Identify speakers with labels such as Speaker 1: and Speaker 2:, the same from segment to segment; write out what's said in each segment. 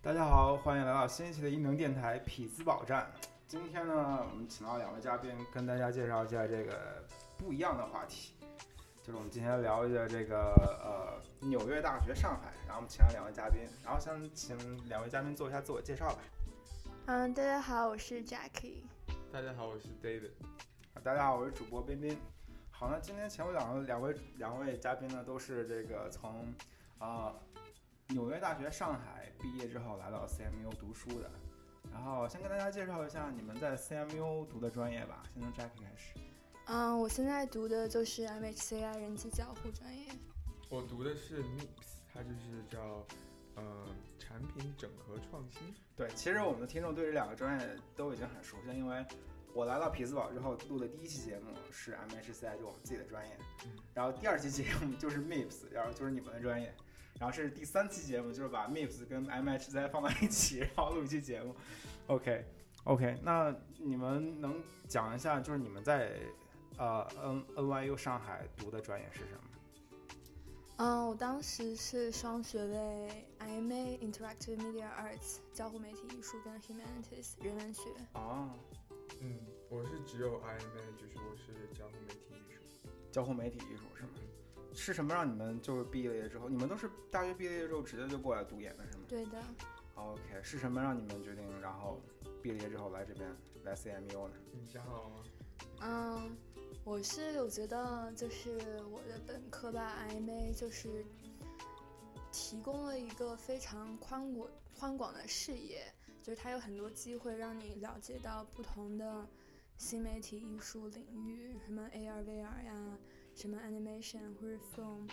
Speaker 1: 大家好，欢迎来到新一期的异能电台匹兹堡站。今天呢，我们请到两位嘉宾，跟大家介绍一下这个不一样的话题，就是我们今天聊一下这个呃纽约大学上海。然后我们请来两位嘉宾，然后先请两位嘉宾做一下自我介绍吧。
Speaker 2: 嗯，大家好，我是 Jackie。
Speaker 3: 大家好，我是 David。
Speaker 1: 啊大家好，我是主播彬彬。好，那今天前面两位两位两位嘉宾呢，都是这个从啊、纽约大学上海毕业之后来到 CMU 读书的。然后先跟大家介绍一下你们在 CMU 读的专业吧，先从 Jackie 开始。
Speaker 2: 嗯，我现在读的就是 MHCI 人机交互专业。
Speaker 3: 我读的是 MIPS，它就是叫呃产品整合创新。
Speaker 1: 对，其实我们的听众对这两个专业都已经很熟悉，了，因为我来到匹兹堡之后录的第一期节目是 MHCI，就我们自己的专业
Speaker 3: 嗯，
Speaker 1: 然后第二期节目就是 MIPS，然后就是你们的专业，然后是第三期节目就是把 MIPS 跟 MHCI 放到一起， 然后录一期节目。OK OK，那你们能讲一下就是你们在呃 N NYU 上海读的专业是什么？
Speaker 2: 嗯，我当时是双学位 IMA Interactive Media Arts 交互媒体艺术跟 Humanities 人文学。
Speaker 1: 哦，
Speaker 3: 嗯，我是只有 IMA，就是我是交互媒体艺术。
Speaker 1: 交互媒体艺术是吗？是什么让你们就是毕业之后，你们都是大学毕业之后直接就过来读研的是吗？哦
Speaker 2: 对的，
Speaker 1: OK，是什么让你们决定然后毕了业之后来这边来 CMU 呢？
Speaker 3: 你想好了吗？
Speaker 2: 嗯，我是我觉得就是我的本科吧，IMA 就是提供了一个非常宽广宽广的视野，就是它有很多机会让你了解到不同的新媒体艺术领域，什么 AR、VR 呀，什么 animation 或者 film。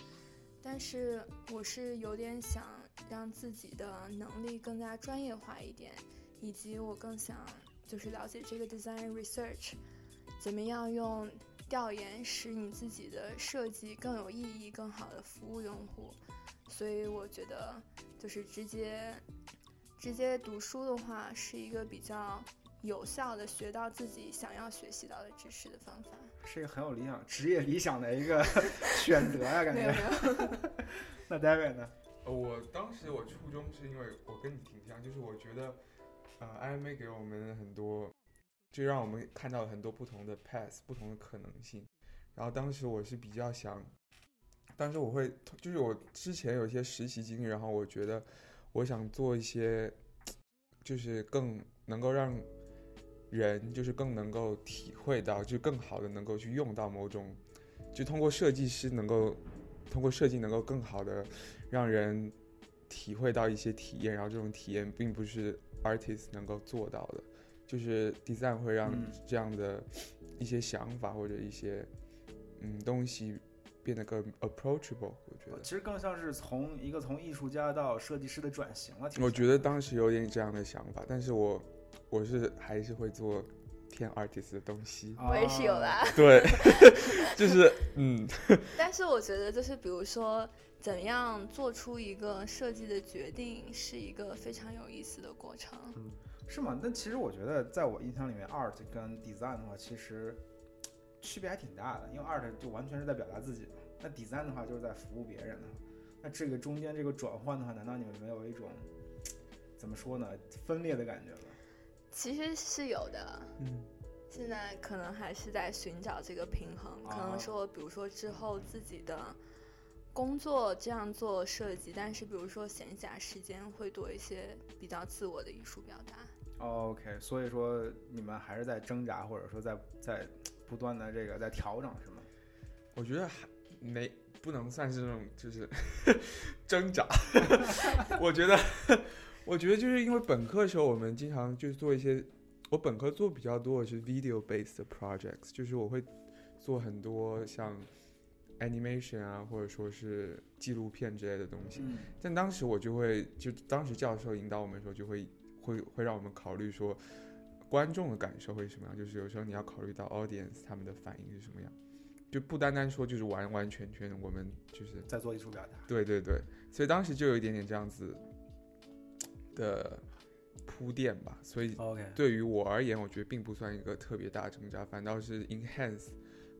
Speaker 2: 但是我是有点想让自己的能力更加专业化一点，以及我更想就是了解这个 design research 怎么样用调研使你自己的设计更有意义、更好的服务用户。所以我觉得，就是直接直接读书的话，是一个比较有效的学到自己想要学习到的知识的方法。
Speaker 1: 是一个很有理想、职业理想的一 个选择呀、感
Speaker 2: 没有
Speaker 1: 觉。
Speaker 2: 没有，
Speaker 1: 那 David 呢？
Speaker 3: 呃，我当时我初衷是因为我跟你挺像，就是我觉得呃 IMA 给我们很多，就让我们看到了很多不同的 path，不同的可能性。然后当时我是比较想，当时我会就是我之前有一些实习经历，然后我觉得我想做一些，就是更能够让人就是更能够体会到，就更好的能够去用到某种，就通过设计师能够通过设计能够更好的让人体会到一些体验，然后这种体验并不是 artist 能够做到的，就是 design 会让
Speaker 1: 嗯
Speaker 3: 这样的一些想法或者一些嗯东西变得更 approachable，我觉得
Speaker 1: 其。实更像是从一个从艺术家到设计师的转型了。挺
Speaker 3: 我
Speaker 1: 像
Speaker 3: 觉得当时有点这样的想法，但是我我是还是会做偏 artist 的东西。
Speaker 1: 啊
Speaker 2: 我也是有啦。
Speaker 3: 对， 就是嗯，
Speaker 2: 但是我觉得，就是比如说，怎样做出一个设计的决定，是一个非常有意思的过程。
Speaker 1: 嗯是吗？那其实我觉得，在我印象里面，art 跟 design 的话，其实区别还挺大的。因为 art 就完全是在表达自己嘛，那 design 的话就是在服务别人的嘛。那这个中间这个转换的话，难道你们没有一种怎么说呢，分裂的感觉吗？
Speaker 2: 其实是有的，
Speaker 3: 嗯
Speaker 2: 现在可能还是在寻找这个平衡，可
Speaker 1: 啊
Speaker 2: 能说，比如说之后自己的工作这样做设计，但是比如说闲暇时间会多一些比较自我的艺术表达。
Speaker 1: OK，所以说你们还是在挣扎，或者说在在不断的这个在调整，是吗？
Speaker 3: 我觉得还没不能算是那种就是 挣扎。 我觉得， 我觉得就是因为本科的时候，我们经常就是做一些，我本科做比较多的是 video based 的 projects，就是我会做很多像 animation 啊，或者说是纪录片之类的东西。
Speaker 1: 嗯，
Speaker 3: 但当时我就会，就当时教授引导我们的时候，就会会会让我们考虑说，观众的感受会是什么样，就是有时候你要考虑到 audience 他们的反应是什么样，就不单单说就是完完全全我们就是
Speaker 1: 在做艺术表达。
Speaker 3: 对对对，所以当时就有一点点这样子的铺垫吧，所以
Speaker 1: OK，
Speaker 3: 对于我而言，我觉得并不算一个特别大的挣扎，反倒是 enhance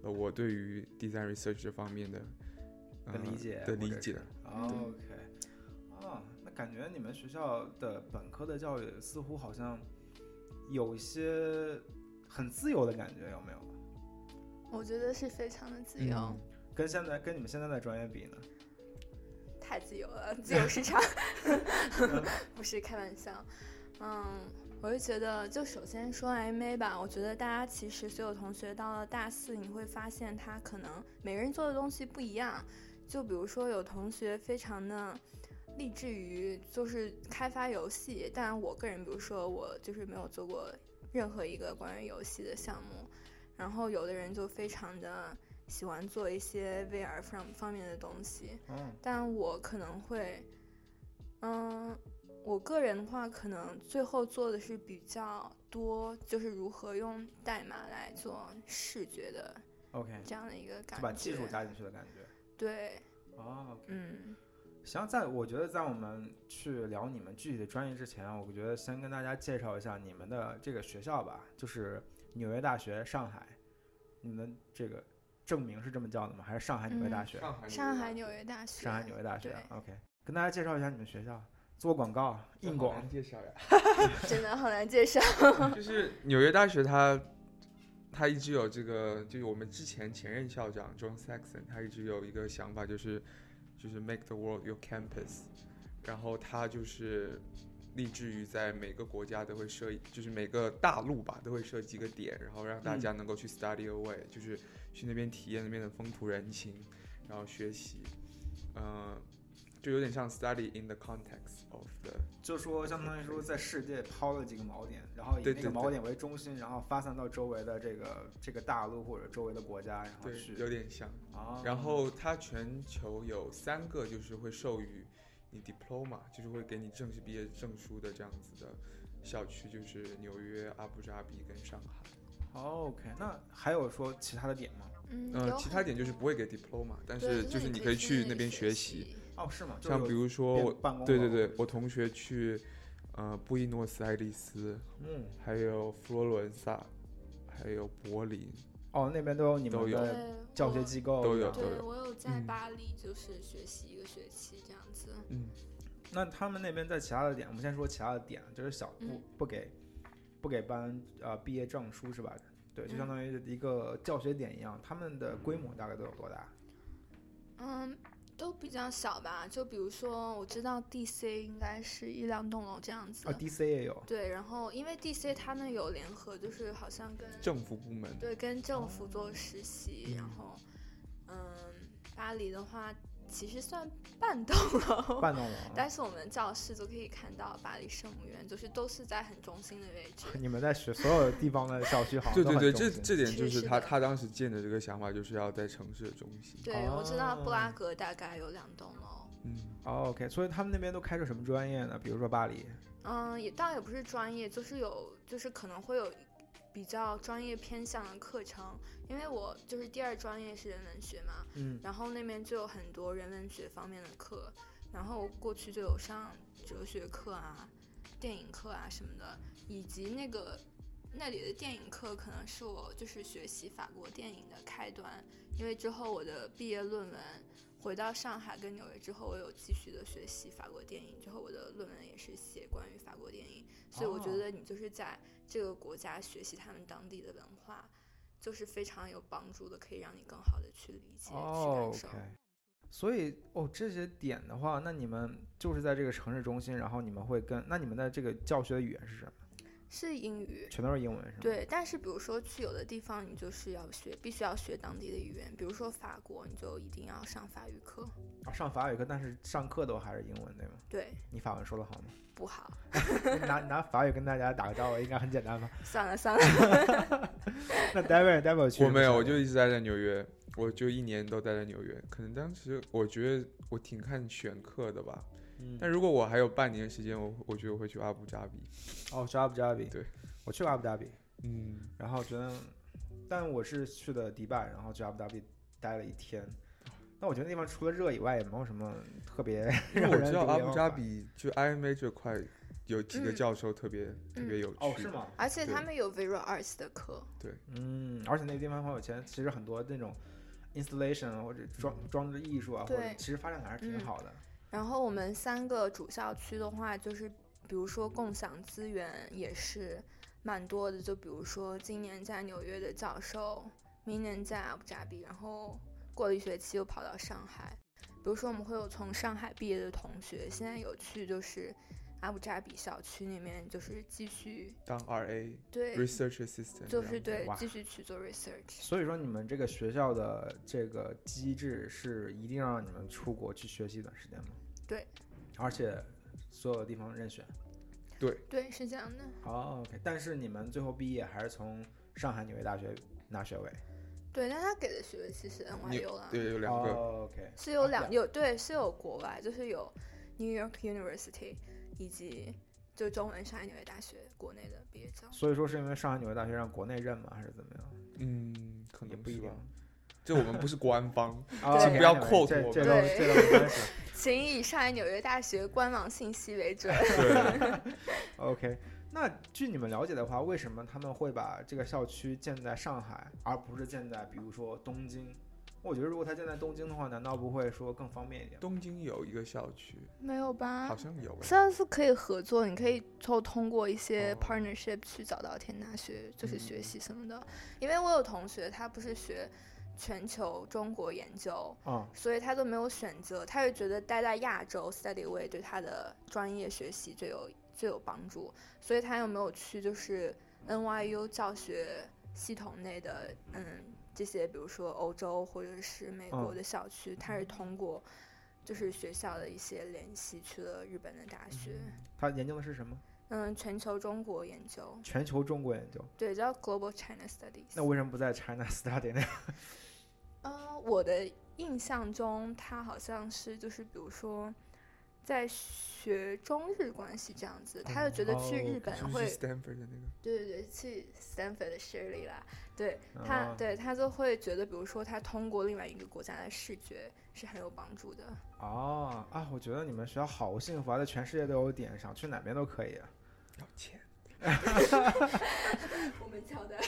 Speaker 3: 了我对于 design research 这方面的、呃
Speaker 1: 的理解
Speaker 3: 的
Speaker 1: 或
Speaker 3: 理
Speaker 1: 者
Speaker 3: 解
Speaker 1: 是。OK，啊，那感觉你们学校的本科的教育似乎好像有一些很自由的感觉，有没有？
Speaker 2: 我觉得是非常的自由，
Speaker 3: 嗯
Speaker 1: 跟现在跟你们现在的专业比呢？
Speaker 2: 太自由了，自由市场， 不是开玩笑。嗯，我是觉得，就首先说 MA 吧，我觉得大家其实所有同学到了大四，你会发现他可能每个人做的东西不一样。就比如说有同学非常的立志于就是开发游戏，但我个人，比如说我就是没有做过任何一个关于游戏的项目。然后有的人就非常的喜欢做一些 VR 方方面的东西，
Speaker 1: 嗯，
Speaker 2: 但我可能会，嗯，我个人的话，可能最后做的是比较多，就是如何用代码来做视觉的
Speaker 1: OK，
Speaker 2: 这样的一个
Speaker 1: 就
Speaker 2: 感觉。
Speaker 1: 把技术加进去的感觉。
Speaker 2: 对，
Speaker 1: 哦，
Speaker 2: 嗯
Speaker 1: 行，在我觉得在我们去聊你们具体的专业之前，啊我觉得先跟大家介绍一下你们的这个学校吧，就是纽约大学上海，你们这个正名是这么叫的吗？还是上海纽约大
Speaker 2: 嗯
Speaker 1: 学？
Speaker 3: 上海，
Speaker 2: 上海纽约大学，
Speaker 1: 上海纽约大学
Speaker 2: 对
Speaker 1: ，OK，跟大家介绍一下你们学校，做广告硬
Speaker 3: 广
Speaker 1: 广，
Speaker 3: 介绍呀，
Speaker 2: 真的好难介绍。
Speaker 3: 就是纽约大学它。它一直有这个，就是我们之前前任校长 John Saxon，他一直有一个想法，就是就是 make the world your campus，然后他就是立志于在每个国家都会设，就是每个大陆吧都会设几个点，然后让大家能够去 study away，、就是去那边体验那边的风土人情，然后学习，嗯、就有点像 study in the context of the
Speaker 1: 就说相当于说在世界抛了几个锚点，然后以
Speaker 3: 对
Speaker 1: 那
Speaker 3: 对
Speaker 1: 个
Speaker 3: 对
Speaker 1: 锚点为中心，然后发散到周围的这个这个大陆或者周围的国家，然后
Speaker 3: 对，
Speaker 1: 去
Speaker 3: 有点像。
Speaker 1: 啊，
Speaker 3: 然后它全球有三个就是会授予你 diploma，就是会给你正式毕业证书的这样子的校区，就是纽约、阿布扎比跟上海。
Speaker 1: OK，那还有说其他的点吗？
Speaker 2: 嗯，
Speaker 3: 嗯、
Speaker 2: 有
Speaker 3: 其
Speaker 2: 很
Speaker 3: 他点就是不会给 diploma，但
Speaker 2: 对
Speaker 3: 是就是
Speaker 2: 你
Speaker 3: 你可以去那
Speaker 2: 那
Speaker 3: 边
Speaker 2: 学
Speaker 3: 学习。。
Speaker 1: 哦，是吗？
Speaker 3: 像比如说我，
Speaker 1: 办公，
Speaker 3: 对对对，，我同学去呃布宜诺斯艾利斯，
Speaker 1: 嗯，
Speaker 3: 还有佛罗伦萨，还有柏林，
Speaker 1: 哦，那边都有你
Speaker 3: 都
Speaker 1: 们
Speaker 3: 有
Speaker 2: 对
Speaker 1: 的，教学
Speaker 2: 我
Speaker 1: 机构
Speaker 3: 都有
Speaker 1: 然后
Speaker 3: 都有
Speaker 2: 对我有在
Speaker 3: 嗯
Speaker 2: 巴黎，就是学习一个学期这样子。
Speaker 3: 嗯，
Speaker 1: 那他们那边在其他的点，我们先说其他的点，就是小不
Speaker 2: 嗯
Speaker 1: 不给不给颁呃毕业证书是吧？对，就
Speaker 2: 嗯
Speaker 1: 相当于一个教学点一样，他们的规模大概都有多大？啊
Speaker 2: 嗯，都比较小吧。就比如说，我知道 DC 应该是一两栋楼这样子。
Speaker 1: 啊，DC 也有，
Speaker 2: 对，然后因为 DC 他们有联合，就是好像跟
Speaker 3: 政府部门。
Speaker 2: 对跟政府做实习，然
Speaker 3: 嗯
Speaker 2: 后嗯，巴黎的话其实算半栋楼。
Speaker 1: 半栋楼啊。
Speaker 2: 哦但是我们教室就可以看到巴黎圣母院，就是都是在很中心的位置。
Speaker 1: 你们在学所有地方的校区好像
Speaker 3: 对
Speaker 1: 都很
Speaker 3: 对对，
Speaker 1: 重
Speaker 3: 这
Speaker 1: 视
Speaker 3: 这点就
Speaker 2: 其实
Speaker 3: 是
Speaker 2: 是
Speaker 3: 他
Speaker 2: 的
Speaker 3: 他当时建的这个想法，就是要在城市的中心。
Speaker 2: 对，我知道布拉
Speaker 1: 哦
Speaker 2: 格大概有两栋楼。
Speaker 3: 嗯，
Speaker 1: 哦 OK，所以他们那边都开设什么专业呢？比如说巴黎，
Speaker 2: 嗯，也倒也不是专业，就是有，就是可能会有比较专业偏向的课程，因为我就是第二专业是人文学嘛，
Speaker 1: 嗯，
Speaker 2: 然后那边就有很多人文学方面的课，然后过去就有上哲学课啊、电影课啊什么的，以及那个那里的电影课可能是我就是学习法国电影的开端，因为之后我的毕业论文回到上海跟纽约之后，我有继续的学习法国电影，之后我的论文也是写关于法国电影，所以我觉
Speaker 1: 哦
Speaker 2: 得你就是在这个国家学习他们当地的文化。就是非常有帮助的，可以让你更好的去理解、
Speaker 1: 哦
Speaker 2: 去感受。
Speaker 1: OK，所以哦这些点的话，那你们就是在这个城市中心，然后你们会跟那你们的这个教学语言是什么？
Speaker 2: 是英语，
Speaker 1: 全都是英文是吗？
Speaker 2: 对，但是比如说去有的地方，你就是要学，必须要学当地的语言。比如说法国，你就一定要上法语课。
Speaker 1: 啊，上法语课，但是上课都还是英文对吗？
Speaker 2: 对，
Speaker 1: 你法文说的好吗？
Speaker 2: 不好，
Speaker 1: 拿拿法语跟大家打个招呼，应该很简单吧？
Speaker 2: 算了算了。
Speaker 1: 那 David David 去什
Speaker 3: 我
Speaker 1: 么
Speaker 3: 没有，
Speaker 1: 学
Speaker 3: 我
Speaker 1: 的
Speaker 3: 就一直待在纽约，我就一年都待在纽约。可能当时我觉得我挺看选课的吧，
Speaker 1: 嗯
Speaker 3: 但如果我还有半年时间，我我觉得我会去阿布扎比。
Speaker 1: 哦去阿布扎比，
Speaker 3: 对，
Speaker 1: 我去过阿布扎比，
Speaker 3: 嗯，
Speaker 1: 然后觉得，但我是去的迪拜，然后去阿布扎比待了一天。那我觉得那地方除了热以外，也没有什么特别
Speaker 3: 因为
Speaker 1: 让
Speaker 3: 我
Speaker 1: 人啊
Speaker 3: 知道
Speaker 1: 流
Speaker 3: 阿
Speaker 1: 连
Speaker 3: 布
Speaker 1: 忘
Speaker 3: 扎
Speaker 1: 返
Speaker 3: 比就 IMA 这块有几个
Speaker 2: 嗯
Speaker 3: 教授特别、特别有趣。
Speaker 1: 哦，是？吗？
Speaker 2: 而且他
Speaker 3: 对
Speaker 2: 们有 Visual Arts 的课，
Speaker 1: 嗯，而且那个地方很有钱，其实很多那种 installation 或者装装置艺术啊，或者
Speaker 2: 对
Speaker 1: 其实发展的还是挺
Speaker 2: 嗯
Speaker 1: 好的。
Speaker 2: 然后我们三个主校区的话，就是比如说共享资源也是蛮多的，就比如说今年在纽约的教授，明年在阿布扎比，然后过了一学期又跑到上海。比如说我们会有从上海毕业的同学，现在有去就是阿布扎比校区那边，就是继续
Speaker 3: 当 RA
Speaker 2: 对，
Speaker 3: research assistant，
Speaker 2: 就
Speaker 3: 这
Speaker 2: 是
Speaker 3: 样
Speaker 2: 对
Speaker 1: 哇
Speaker 2: 继续去做 research。
Speaker 1: 所以说你们这个学校的这个机制是一定让你们出国去学习一段时间吗？
Speaker 2: 对，
Speaker 1: 而且所有地方任选。
Speaker 2: 对，是这样的。
Speaker 1: 哦，OK，但是你们最后毕业还是从上海纽约大学拿学位。
Speaker 2: 对，但他给的学位其实 NYU 啦，
Speaker 3: 对，有两个，
Speaker 1: 哦 OK，
Speaker 2: 是有两
Speaker 1: 两
Speaker 2: 有啊对是有国外，就是有 New York University 以及就中文上海纽约大学国内的毕业证。
Speaker 1: 所以说是因为上海纽约大学让国内认吗？还是怎么样？
Speaker 3: 嗯，可
Speaker 1: 也
Speaker 3: 能
Speaker 1: 不
Speaker 3: 是
Speaker 1: 一
Speaker 3: 吧
Speaker 1: 定。。
Speaker 3: 就我们不是 官方，
Speaker 1: 哦
Speaker 2: 请
Speaker 1: OK，
Speaker 3: 不要
Speaker 1: anyway，
Speaker 3: quote
Speaker 1: 这
Speaker 3: 我
Speaker 1: 这
Speaker 2: 们
Speaker 1: 都
Speaker 2: 对
Speaker 1: 这都没关系。
Speaker 2: 请以上海纽约大学官网信息为准。
Speaker 3: 对，
Speaker 1: OK，那据你们了解的话，为什么他们会把这个校区建在上海，而不是建在比如说东京？我觉得如果它建在东京的话，难道不会说更方便一点吗？
Speaker 3: 东京有一个校区，
Speaker 2: 没有
Speaker 3: 好
Speaker 2: 吧？
Speaker 3: 像有哎，
Speaker 2: 上次可以合作，你可以就通过一些
Speaker 3: 哦
Speaker 2: partnership 去找到天大学，就是学
Speaker 3: 嗯
Speaker 2: 习什么的。因为我有同学，他不是学全球中国研究，
Speaker 1: 啊、
Speaker 2: 所以他都没有选择，他就觉得待在亚洲 study way 对他的专业学习最有最有帮助，所以他又没有去就是 NYU 教学系统内的嗯这些，比如说欧洲或者是美国
Speaker 1: 嗯
Speaker 2: 的校区，他是通过就是学校的一些联系去了日本的大学，
Speaker 3: 嗯
Speaker 1: 他研究的是什么？
Speaker 2: 嗯，全球中国研究，
Speaker 1: 全球中国研究。
Speaker 2: 对，叫 Global China Studies。
Speaker 1: 那为什么不在 China Study 呢？
Speaker 2: 呃，我的印象中，他好像是就是比如说，在学中日关系这样子，他就觉得去
Speaker 1: 哦
Speaker 2: 日
Speaker 1: 可
Speaker 2: 本
Speaker 3: 是不
Speaker 2: 会，
Speaker 3: 是 Stanford 的那个？
Speaker 2: 对对对，去 Stanford 的 Shirley 啦，对他，
Speaker 3: 哦
Speaker 1: 啊
Speaker 2: 对他就会觉得，比如说他通过另外一个国家的视觉是很有帮助的。
Speaker 1: 哦啊，我觉得你们学校好幸福啊，在全世界都有点，想去哪边都可以啊。
Speaker 3: 要钱，
Speaker 2: 我们教 的，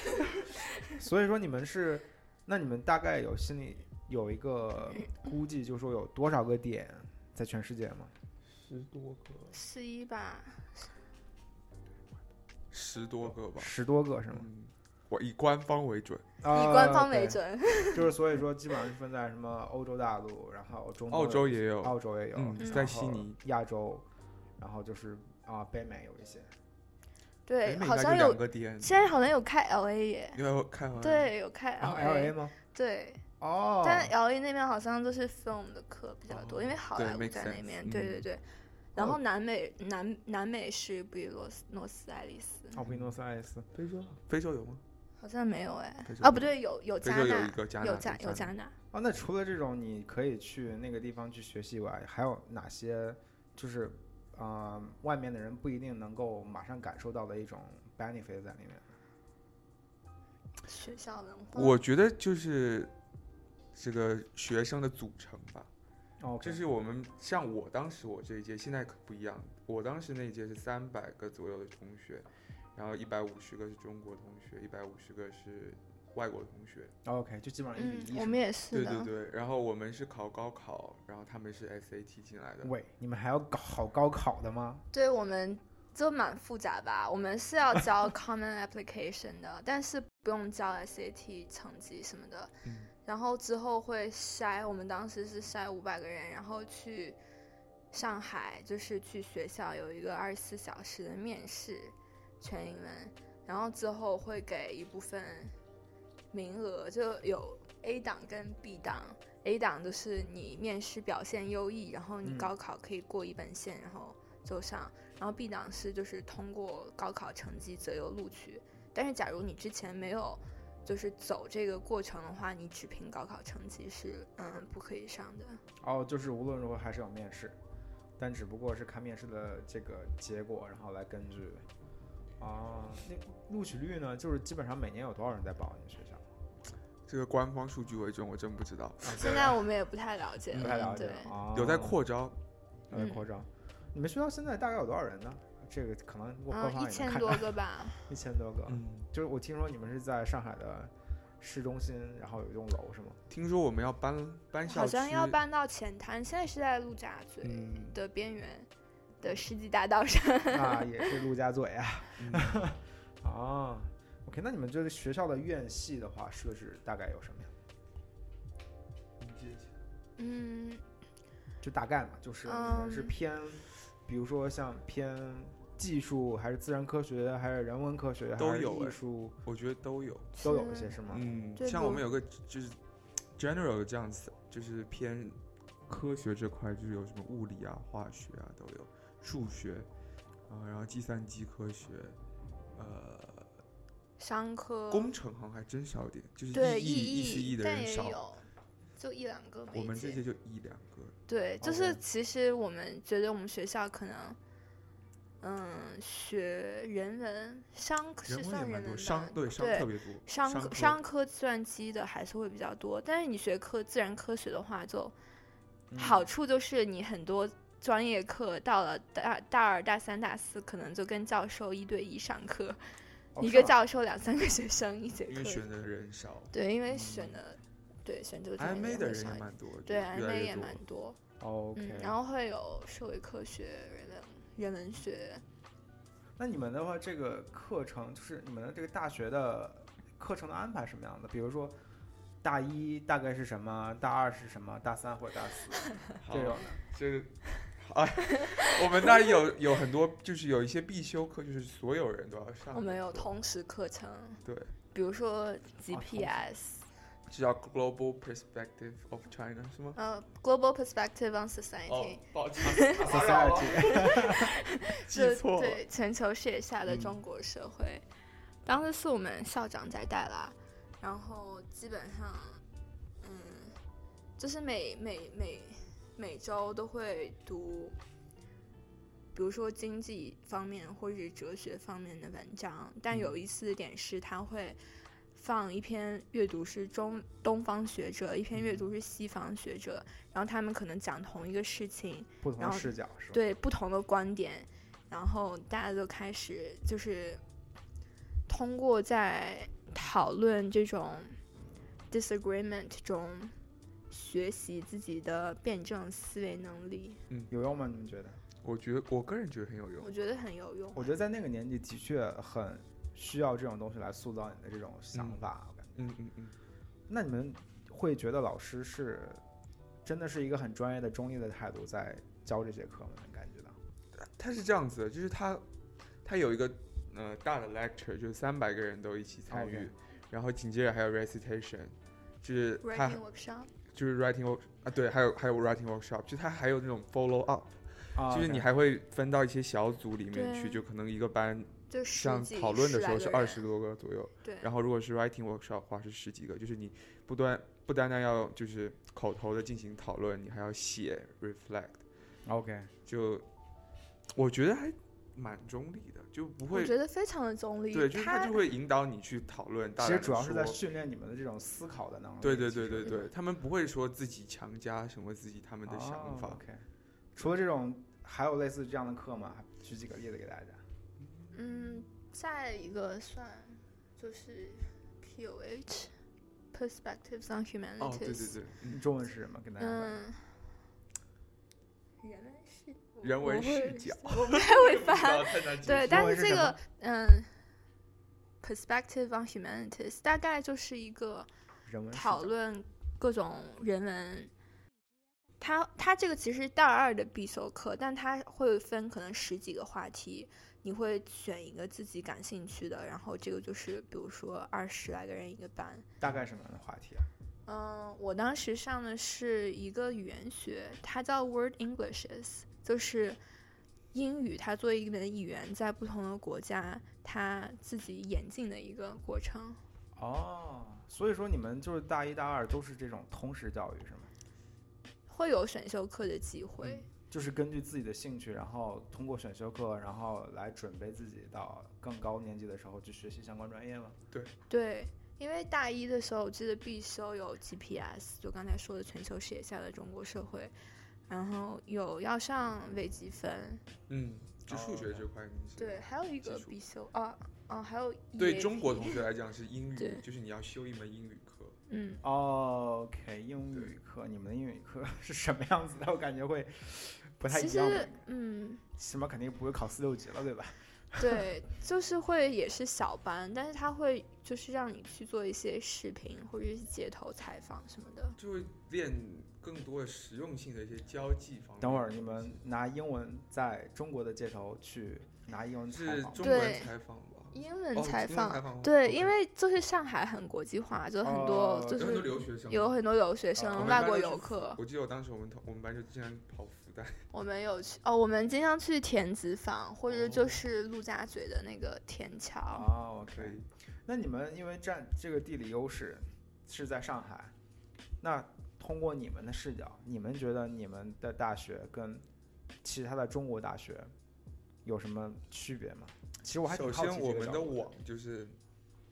Speaker 1: 所以说你们是，那你们大概有心里有一个估计，就是说有多少个点在全世界吗？
Speaker 3: 十多个，
Speaker 2: 十一吧，
Speaker 3: 十多个吧。
Speaker 1: 十多个是吗？
Speaker 3: 嗯，我以官方为准，
Speaker 1: 啊
Speaker 2: 嗯以官方为
Speaker 1: 对
Speaker 2: 准。
Speaker 3: 哎
Speaker 1: 就是所以说，基本上是分在什么欧洲大陆，然后中
Speaker 3: 澳
Speaker 1: 国
Speaker 3: 洲也有，
Speaker 1: 哦澳洲也有，
Speaker 3: 嗯
Speaker 1: 然后
Speaker 3: 在悉尼
Speaker 1: 亚洲，然后就是啊北美有一些。
Speaker 2: 对
Speaker 3: 北，美
Speaker 2: 好
Speaker 3: 应该就
Speaker 2: 像有
Speaker 3: 两，个嗯点，
Speaker 2: 现在好像有开 LA 耶，
Speaker 3: 因为看完，
Speaker 2: 对，有开
Speaker 3: 哦
Speaker 1: 然后啊 L A
Speaker 2: LA，
Speaker 1: 吗？
Speaker 2: 对。
Speaker 1: 哦，
Speaker 2: 但 L A 那边好像都是 film 的课比较多，
Speaker 3: 哦
Speaker 2: 因为好
Speaker 3: 对
Speaker 2: 莱坞
Speaker 3: ，make
Speaker 2: 在那
Speaker 3: sense，
Speaker 2: 边，对对
Speaker 3: 嗯
Speaker 2: 对。然
Speaker 1: 哦
Speaker 2: 后南美南南美是布宜诺斯诺斯艾利斯，
Speaker 1: 奥普诺斯艾利斯
Speaker 3: 非洲，非洲有吗？
Speaker 2: 好像没有哎
Speaker 3: 非，洲
Speaker 2: 啊
Speaker 3: 没
Speaker 2: 不对，有有
Speaker 3: 非
Speaker 2: 加
Speaker 3: 洲有一
Speaker 2: 纳，
Speaker 3: 个加纳，
Speaker 2: 有加有
Speaker 3: 加
Speaker 2: 加纳。
Speaker 1: 啊。那除了这种你可以去那个地方去学习以外，还有哪些就是啊、呃外面的人不一定能够马上感受到的一种 benefit 在里面？
Speaker 2: 学校文化，
Speaker 3: 我觉得就是这个学生的组成吧，
Speaker 1: 哦，
Speaker 3: 这是我们像我当时我这一届，现在可不一样。我当时那一届是三百个左右的同学，然后一百五十个是中国同学，一百五十个是外国同学。
Speaker 1: OK，就基本上一
Speaker 2: 嗯
Speaker 1: 比一，是，吗。
Speaker 2: 我们也是
Speaker 3: 对对
Speaker 2: 的，
Speaker 3: 对，然后我们是考高考，然后他们是 SAT 进来的。
Speaker 1: 喂，你们还要搞好高考的吗？
Speaker 2: 对我们就蛮复杂吧，我们是要 教 Common Application 的，但是不用教 SAT 成绩什么的。
Speaker 3: 嗯
Speaker 2: 然后之后会筛，我们当时是筛五百个人，然后去上海，就是去学校有一个二十四小时的面试，全英文。然后之后会给一部分名额，就有 A 档跟 B 档。A 档就是你面试表现优异，然后你
Speaker 1: 嗯
Speaker 2: 高考可以过一本线，然后就上。然后 B 档是就是通过高考成绩择优录取，但是假如你之前没有就是走这个过程的话，你只凭高考成绩是嗯不可以上的。
Speaker 1: 哦，就是无论如何还是有面试，但只不过是看面试的这个结果，然后来根据。哦，那录取率呢？就是基本上每年有多少人在报你们学校？
Speaker 3: 这个官方数据为准，我真不知道。
Speaker 2: 现在我们也不太了解了，
Speaker 1: 不太了解
Speaker 2: 嗯对，
Speaker 1: 啊。
Speaker 3: 有在，扩招，
Speaker 1: 有在扩张。你们学校现在大概有多少人呢？这个可能我官
Speaker 2: 嗯，
Speaker 1: 方
Speaker 2: 一
Speaker 1: 也能
Speaker 2: 千
Speaker 1: 看
Speaker 2: 多
Speaker 1: 到
Speaker 2: 个吧，
Speaker 1: 一千多个。
Speaker 3: 嗯，
Speaker 1: 就是我听说你们是在上海的市中心，然后有一栋楼是吗？
Speaker 3: 啊听说我们要搬搬校区，
Speaker 2: 好像要搬到浅滩，现在是在陆家嘴
Speaker 3: 嗯，
Speaker 2: 的边缘的世纪大道上。
Speaker 1: 那也是陆家嘴啊。
Speaker 3: 嗯，
Speaker 1: 啊，OK，那你们这个学校的院系的话，设置大概有什么呀？
Speaker 2: 嗯，
Speaker 1: 就大概嘛，就是你们是
Speaker 2: 嗯
Speaker 1: 偏，比如说像偏技术，还是自然科学，还是人文科学，还
Speaker 3: 都
Speaker 1: 是
Speaker 3: 有
Speaker 1: 艺
Speaker 3: 哎
Speaker 1: 术，
Speaker 3: 我觉得都有。
Speaker 1: 都有一些是吗？
Speaker 3: 嗯，
Speaker 2: 对
Speaker 3: 像
Speaker 2: 不
Speaker 3: 我们有个就是 general 的这样子，就是偏科学这块，就是有什么物理啊、化学啊都有，数学啊、然后计算机科学，呃，
Speaker 2: 商科
Speaker 3: 工程好像还真少点，就是
Speaker 2: 嗯对
Speaker 3: 意义思
Speaker 2: 义
Speaker 3: 的
Speaker 2: 但
Speaker 3: 人
Speaker 2: 也
Speaker 3: 少。
Speaker 2: 有，就一两个媒介。
Speaker 3: 我们这些就一两个，
Speaker 2: 对，就
Speaker 1: OK
Speaker 2: 是其实我们觉得我们学校可能，嗯，学人文、商科是
Speaker 3: 人文也
Speaker 2: 算
Speaker 3: 蛮
Speaker 2: 人
Speaker 3: 多，
Speaker 2: 文
Speaker 3: 商
Speaker 2: 吧
Speaker 3: 对商
Speaker 2: 对
Speaker 3: 特别多，
Speaker 2: 商
Speaker 3: 商
Speaker 2: 科
Speaker 3: 科
Speaker 2: 商科计算机的还是会比较多，但是你学科自然科学的话就，
Speaker 1: 嗯
Speaker 2: 好处就是你很多专业课到了大大二、大三、大四，可能就跟教授一对一上课，
Speaker 1: 哦
Speaker 2: 一
Speaker 1: 是
Speaker 2: 个
Speaker 1: 吗
Speaker 2: 教授两三个学生一节
Speaker 3: 因为
Speaker 2: 课。
Speaker 3: 选的人少。
Speaker 2: 对，因为
Speaker 3: 嗯
Speaker 2: 选的，对选这个专业
Speaker 3: IMA
Speaker 2: 会
Speaker 3: 的人
Speaker 2: 少
Speaker 3: 也
Speaker 2: 一
Speaker 3: 蛮多，就
Speaker 2: 对
Speaker 3: 越来
Speaker 2: IMA
Speaker 3: 越
Speaker 2: 也
Speaker 3: 多。
Speaker 2: 蛮多。
Speaker 1: OK，、
Speaker 2: 嗯，然后会有社会科学、人文、人文学，
Speaker 1: 那你们的话，这个课程就是你们的这个大学的课程的安排什么样的？比如说大一大概是什么，大二是什么，大三或者大四
Speaker 3: 好
Speaker 1: 这种
Speaker 3: 这，哎，我们那儿有有很多，就是有一些必修课，就是所有人都要上的课。
Speaker 2: 我们有通识课程，
Speaker 3: 对，啊
Speaker 2: 比如说
Speaker 1: 同时
Speaker 2: GPS，、
Speaker 3: 这叫 Global Perspective of China 是吗？
Speaker 2: 呃，Global Perspective on Society，、，
Speaker 3: 哦抱歉
Speaker 1: society
Speaker 3: 记
Speaker 2: 就
Speaker 3: 错了。
Speaker 2: 对全球视野下的
Speaker 3: 嗯
Speaker 2: 中国社会。当时是我们校长在带啦，然后基本上，嗯，就是每每每每周都会读，比如说经济方面或者是哲学方面的文章，但
Speaker 3: 嗯
Speaker 2: 有意思的点是，他会放一篇阅读是中东方学者，一篇
Speaker 3: 嗯
Speaker 2: 阅读是西方学者，然后他们可能讲同一个事情，
Speaker 1: 不同
Speaker 2: 然
Speaker 1: 的
Speaker 2: 后
Speaker 1: 视角是吧？
Speaker 2: 对不同的观点，然后大家就开始就是通过在讨论这种 disagreement 中学习自己的辩证思维能力，
Speaker 1: 有用吗？你们觉得？
Speaker 3: 我觉得我个人觉得很有
Speaker 2: 我
Speaker 3: 用。
Speaker 2: 觉得很有用。
Speaker 1: 我觉得在那个年纪的确很需要这种东西来塑造你的这种想
Speaker 3: 嗯
Speaker 1: 法。我感觉，
Speaker 3: 嗯嗯嗯，
Speaker 1: 那你们会觉得老师是真的是一个很专业的、中立的态度在教这些课吗？能感觉到？
Speaker 3: 他是这样子的，就是他他有一个呃大的 lecture，就是三百个人都一起参与
Speaker 1: OK
Speaker 3: 然后紧接着还有 recitation，就是他
Speaker 2: writing workshop，
Speaker 3: 就是 writing work 啊，对，还有还有 writing workshop，就他还有那种 follow up，
Speaker 1: 啊
Speaker 3: 就是你还会分到一些小组里面去，
Speaker 2: 对
Speaker 3: 就可能一个班
Speaker 2: 就十
Speaker 3: 像
Speaker 2: 几
Speaker 3: 讨论的
Speaker 2: 十
Speaker 3: 时
Speaker 2: 来
Speaker 3: 候
Speaker 2: 个
Speaker 3: 是
Speaker 2: 人
Speaker 3: 二十多个左右，
Speaker 2: 对，
Speaker 3: 然后如果是 writing workshop 的话是十几个，就是你不断不单单要就是口头的进行讨论，你还要写 reflect，
Speaker 1: OK，
Speaker 3: 就我觉得还蛮中立的，就不
Speaker 2: 我
Speaker 3: 会
Speaker 2: 觉得非常的中立。
Speaker 3: 对，就是他
Speaker 2: 他
Speaker 3: 就会引导你去讨论，大
Speaker 1: 其
Speaker 3: 胆
Speaker 1: 实
Speaker 3: 地
Speaker 1: 主要是在
Speaker 3: 说
Speaker 1: 训练你们的这种思考的能力。
Speaker 3: 对对
Speaker 1: 其
Speaker 3: 对
Speaker 1: 实
Speaker 3: 对对，
Speaker 2: 嗯
Speaker 3: 他们不会说自己强加什么自己他们的想法，
Speaker 1: 哦 OK，除了这种，还有类似这样的课吗？举几个例子给大家。
Speaker 2: 嗯，再一个算就是 POH。Perspectives on Humanities，
Speaker 3: 哦，对对对，嗯
Speaker 1: 中文是什么？跟大家翻译。
Speaker 2: 嗯，人文视我
Speaker 3: 人文
Speaker 2: 我
Speaker 3: 视
Speaker 2: 会
Speaker 3: 角
Speaker 2: 我不太会
Speaker 3: 不知道
Speaker 2: 翻。
Speaker 3: 太难解释
Speaker 2: 对，
Speaker 3: 了
Speaker 2: 但
Speaker 1: 文
Speaker 2: 是
Speaker 1: 是
Speaker 2: 这
Speaker 1: 什
Speaker 2: 个
Speaker 1: 么
Speaker 2: 嗯，perspective on humanities 大概就是一个
Speaker 1: 人文视
Speaker 2: 讨
Speaker 1: 角
Speaker 2: 论各种人文。它它这个其实大二的必修课，但它会分可能十几个话题，你会选一个自己感兴趣的，然后这个就是比如说二十来个人一个班，
Speaker 1: 大概什么样的话题啊？
Speaker 2: 嗯，我当时上的是一个语言学，它叫 Word Englishes，就是英语它作为一门语言，在不同的国家它自己演进的一个过程。
Speaker 1: 哦，所以说你们就是大一、大二都是这种通识教育是吗？
Speaker 2: 会有选修课的机会，
Speaker 3: 嗯
Speaker 1: 就是根据自己的兴趣，然后通过选修课，然后来准备自己到更高年级的时候去学习相关专业吗？
Speaker 2: 对，因为大一的时候我记得必修有 GPS，就刚才说的全球视野下的中国社会，然后有要上微积分，
Speaker 3: 嗯，就数学
Speaker 1: 哦
Speaker 3: 这块你是
Speaker 2: 对，还有一个
Speaker 3: 基础
Speaker 2: 必修啊啊，还有
Speaker 3: 对
Speaker 2: EAP
Speaker 3: 中国同学来讲是英语
Speaker 2: 对，
Speaker 3: 就是你要修一门英语课。
Speaker 2: 嗯，
Speaker 1: OK，英语课，你们的英语课 是什么样子的？我感觉会不太
Speaker 2: 其
Speaker 1: 一样吧
Speaker 2: 实。嗯，
Speaker 1: 起码肯定不会考四六级了，对吧？
Speaker 2: 对，就是会也是小班，但是他会就是让你去做一些视频或者是街头采访什么的。
Speaker 3: 就会练更多的实用性的一些交际方面的东西。
Speaker 1: 等会儿你们拿英文在中国的街头去拿英文采
Speaker 3: 是
Speaker 1: 访，
Speaker 3: 中文
Speaker 2: 对
Speaker 3: 采访吧？
Speaker 2: 英
Speaker 3: 哦
Speaker 2: 文
Speaker 3: 中文
Speaker 2: 采
Speaker 3: 采
Speaker 2: 访，
Speaker 3: 访
Speaker 2: 对
Speaker 3: OK
Speaker 2: 因为就是上海很国际化，就很多、
Speaker 1: 哦
Speaker 2: 就
Speaker 3: 有很多
Speaker 2: 是
Speaker 3: 留学生，
Speaker 2: 有很多留学
Speaker 1: 哦我
Speaker 2: 生、
Speaker 1: 们
Speaker 2: 外
Speaker 3: 班
Speaker 2: 国
Speaker 3: 就是
Speaker 2: 游客，
Speaker 3: 我记得我当时我们同我们班就经常跑复旦，
Speaker 2: 我们有去哦，我们经常去田子坊或者
Speaker 3: 哦
Speaker 2: 就是陆家嘴的那个田桥。
Speaker 1: 哦
Speaker 3: 可
Speaker 1: ，OK。
Speaker 3: 以。
Speaker 1: 那你们因为占这个地理优势是在上海，那通过你们的视角，你们觉得你们的大学跟其他的中国大学有什么区别吗？其实我还挺
Speaker 3: 首
Speaker 1: 好奇
Speaker 3: 先我
Speaker 1: 这个
Speaker 3: 们
Speaker 1: 角
Speaker 3: 的
Speaker 1: 度
Speaker 3: 网就是，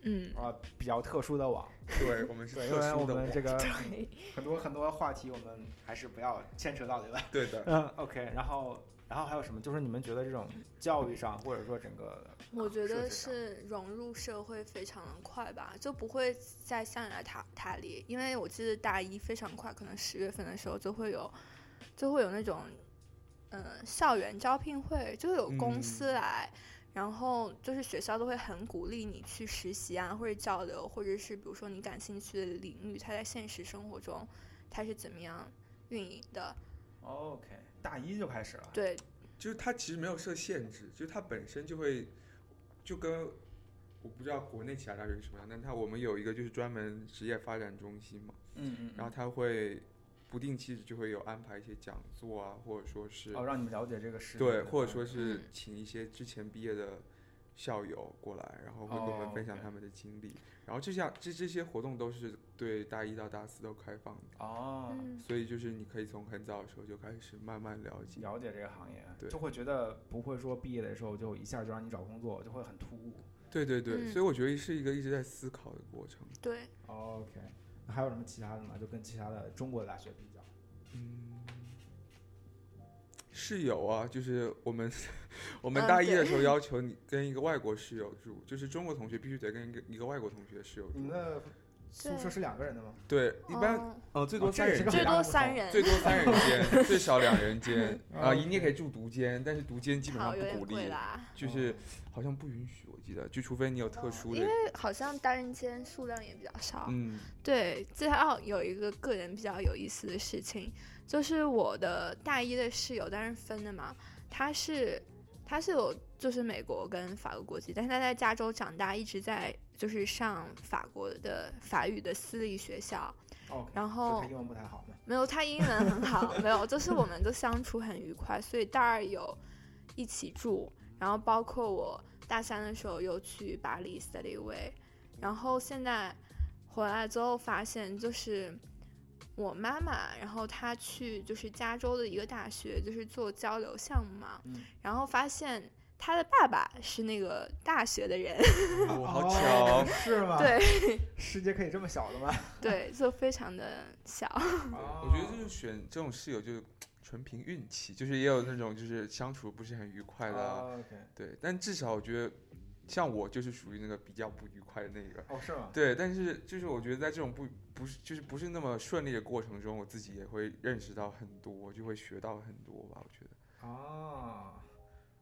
Speaker 2: 嗯，
Speaker 1: 啊、比较特殊的网，
Speaker 3: 对我们是
Speaker 1: 对，因
Speaker 3: 特
Speaker 1: 为我
Speaker 3: 殊的
Speaker 1: 们
Speaker 3: 网，
Speaker 1: 这个
Speaker 2: 对，
Speaker 1: 很多很多话题我们还是不要牵扯到，对吧？
Speaker 3: 对的。
Speaker 1: 嗯，OK，然后然后还有什么？就是你们觉得这种教育上，或者说整个，
Speaker 2: 我觉
Speaker 1: 设
Speaker 2: 得
Speaker 1: 计上
Speaker 2: 是融入社会非常的快吧，就不会再像来塔塔里，因为我记得大一非常快，可能十月份的时候就会有，就会有那种，呃，校园招聘会，就会有公
Speaker 3: 嗯
Speaker 2: 司来，然后就是学校都会很鼓励你去实习啊，或者交流，或者是比如说你感兴趣的领域，它在现实生活中它是怎么样运营的，
Speaker 1: OK，大一就开始了，
Speaker 2: 对，
Speaker 3: 就是它其实没有设限制，就是它本身就会就跟我不知道国内其他大学是什么样，但它我们有一个就是专门职业发展中心嘛，
Speaker 1: 嗯嗯
Speaker 3: 然后它会不定期就会有安排一些讲座啊，或者说是、
Speaker 1: 哦，让你们了解这个世界，
Speaker 3: 对，或者说
Speaker 2: 嗯
Speaker 3: 是请一些之前毕业的校友过来，然后会跟我
Speaker 1: 哦
Speaker 3: 们分享
Speaker 1: ，OK
Speaker 3: 他们的经历，然后这项这这些活动都是对大一到大四都开放的，
Speaker 1: 哦，
Speaker 2: 嗯，
Speaker 3: 所以就是你可以从很早的时候就开始慢慢了解。
Speaker 1: 了解这个行业，
Speaker 3: 对
Speaker 1: 就会觉得不会说毕业的时候就一下就让你找工作，就会很突兀。
Speaker 3: 对对对，
Speaker 2: 嗯
Speaker 3: 所以我觉得是一个一直在思考的过程。
Speaker 2: 对，
Speaker 1: 哦 OK，那还有什么其他的吗？就跟其他的中国大学比较，
Speaker 3: 嗯，室友啊，就是我们我们
Speaker 2: 嗯
Speaker 3: 大一的
Speaker 2: 对
Speaker 3: 时候要求你跟一个外国室友住，就是中国同学必须得跟一个一个外国同学室友
Speaker 1: 你
Speaker 3: 住。
Speaker 1: 们的宿舍
Speaker 2: 对
Speaker 1: 是两个人的吗？
Speaker 3: 对，一般
Speaker 2: 嗯
Speaker 3: 呃最
Speaker 1: 哦
Speaker 3: 多
Speaker 1: 这
Speaker 3: 三
Speaker 1: 也
Speaker 3: 人
Speaker 1: 是个
Speaker 3: 间，
Speaker 1: 很
Speaker 2: 最
Speaker 1: 大的
Speaker 2: 多
Speaker 1: 不
Speaker 2: 三
Speaker 1: 同
Speaker 2: 人，
Speaker 3: 最多三 人间，最少两人间啊。
Speaker 1: OK
Speaker 3: 你也可以住独间，但是独间基本上
Speaker 2: 好
Speaker 3: 不
Speaker 2: 有点
Speaker 3: 鼓
Speaker 2: 贵
Speaker 3: 励，
Speaker 2: 啦。
Speaker 3: 就是好像不允许，我记得，就除非你有特
Speaker 2: 哦
Speaker 3: 殊
Speaker 2: 因
Speaker 3: 的
Speaker 2: 为，好像单人间数量也比较少。
Speaker 3: 嗯，
Speaker 2: 对，最后有一个个人比较有意思的事情，就是我的大一的室友，但是分的嘛，他是他是有就是美国跟法国国籍，但是他在加州长大，一直在就是上法国的法语的私立学校，
Speaker 1: 哦，OK，
Speaker 2: 然
Speaker 1: 就
Speaker 2: 后
Speaker 1: 他英文不太好嘛。
Speaker 2: 没有，他英文很好，没有，就是我们就相处很愉快，所以大二有一起住，然后包括我大三的时候又去巴黎 study away，然后现在回来之后发现就是我妈妈，然后她去就是加州的一个大学，就是做交流项目嘛，
Speaker 1: 嗯
Speaker 2: 然后发现她的爸爸是那个大学 的人，
Speaker 3: 我好巧
Speaker 1: 哦，是吗？
Speaker 2: 对，
Speaker 1: 世界可以这么小的吗？
Speaker 2: 对，就非常的小，
Speaker 1: 哦
Speaker 3: 我觉得就是选这种室友就是纯凭运气，就是也有那种就是相处不是很愉快的啊，
Speaker 1: 哦，OK，
Speaker 3: 对，但至少我觉得像我就是属于那个比较不愉快的那个。
Speaker 1: 哦，是吗？
Speaker 3: 对，但是就是我觉得在这种不不是就是不是那么顺利的过程中，我自己也会认识到很多，就会学到很多吧。我觉得，
Speaker 1: 哦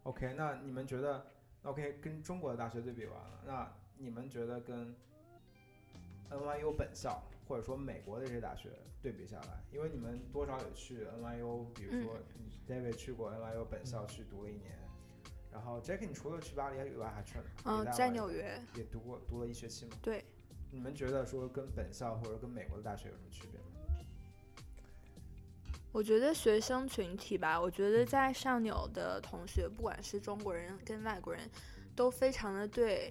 Speaker 1: ，OK，那你们觉得 OK 跟中国的大学对比完了，那你们觉得跟 NYU 本校或者说美国的这些大学对比下来，因为你们多少也去 NYU，比如说
Speaker 2: 嗯
Speaker 1: 你 David 去过 NYU 本校去读了一年，然后 Jack 你除了去巴黎以外还去了
Speaker 2: 嗯、
Speaker 1: 哪里？
Speaker 2: 在纽约，
Speaker 1: 也读过读了一学期吗？
Speaker 2: 对。
Speaker 1: 你们觉得说跟本校或者跟美国的大学有什么区别吗？
Speaker 2: 我觉得学生群体吧，我觉得
Speaker 3: 嗯
Speaker 2: 在上纽的同学，不管是中国人跟外国人，都非常的对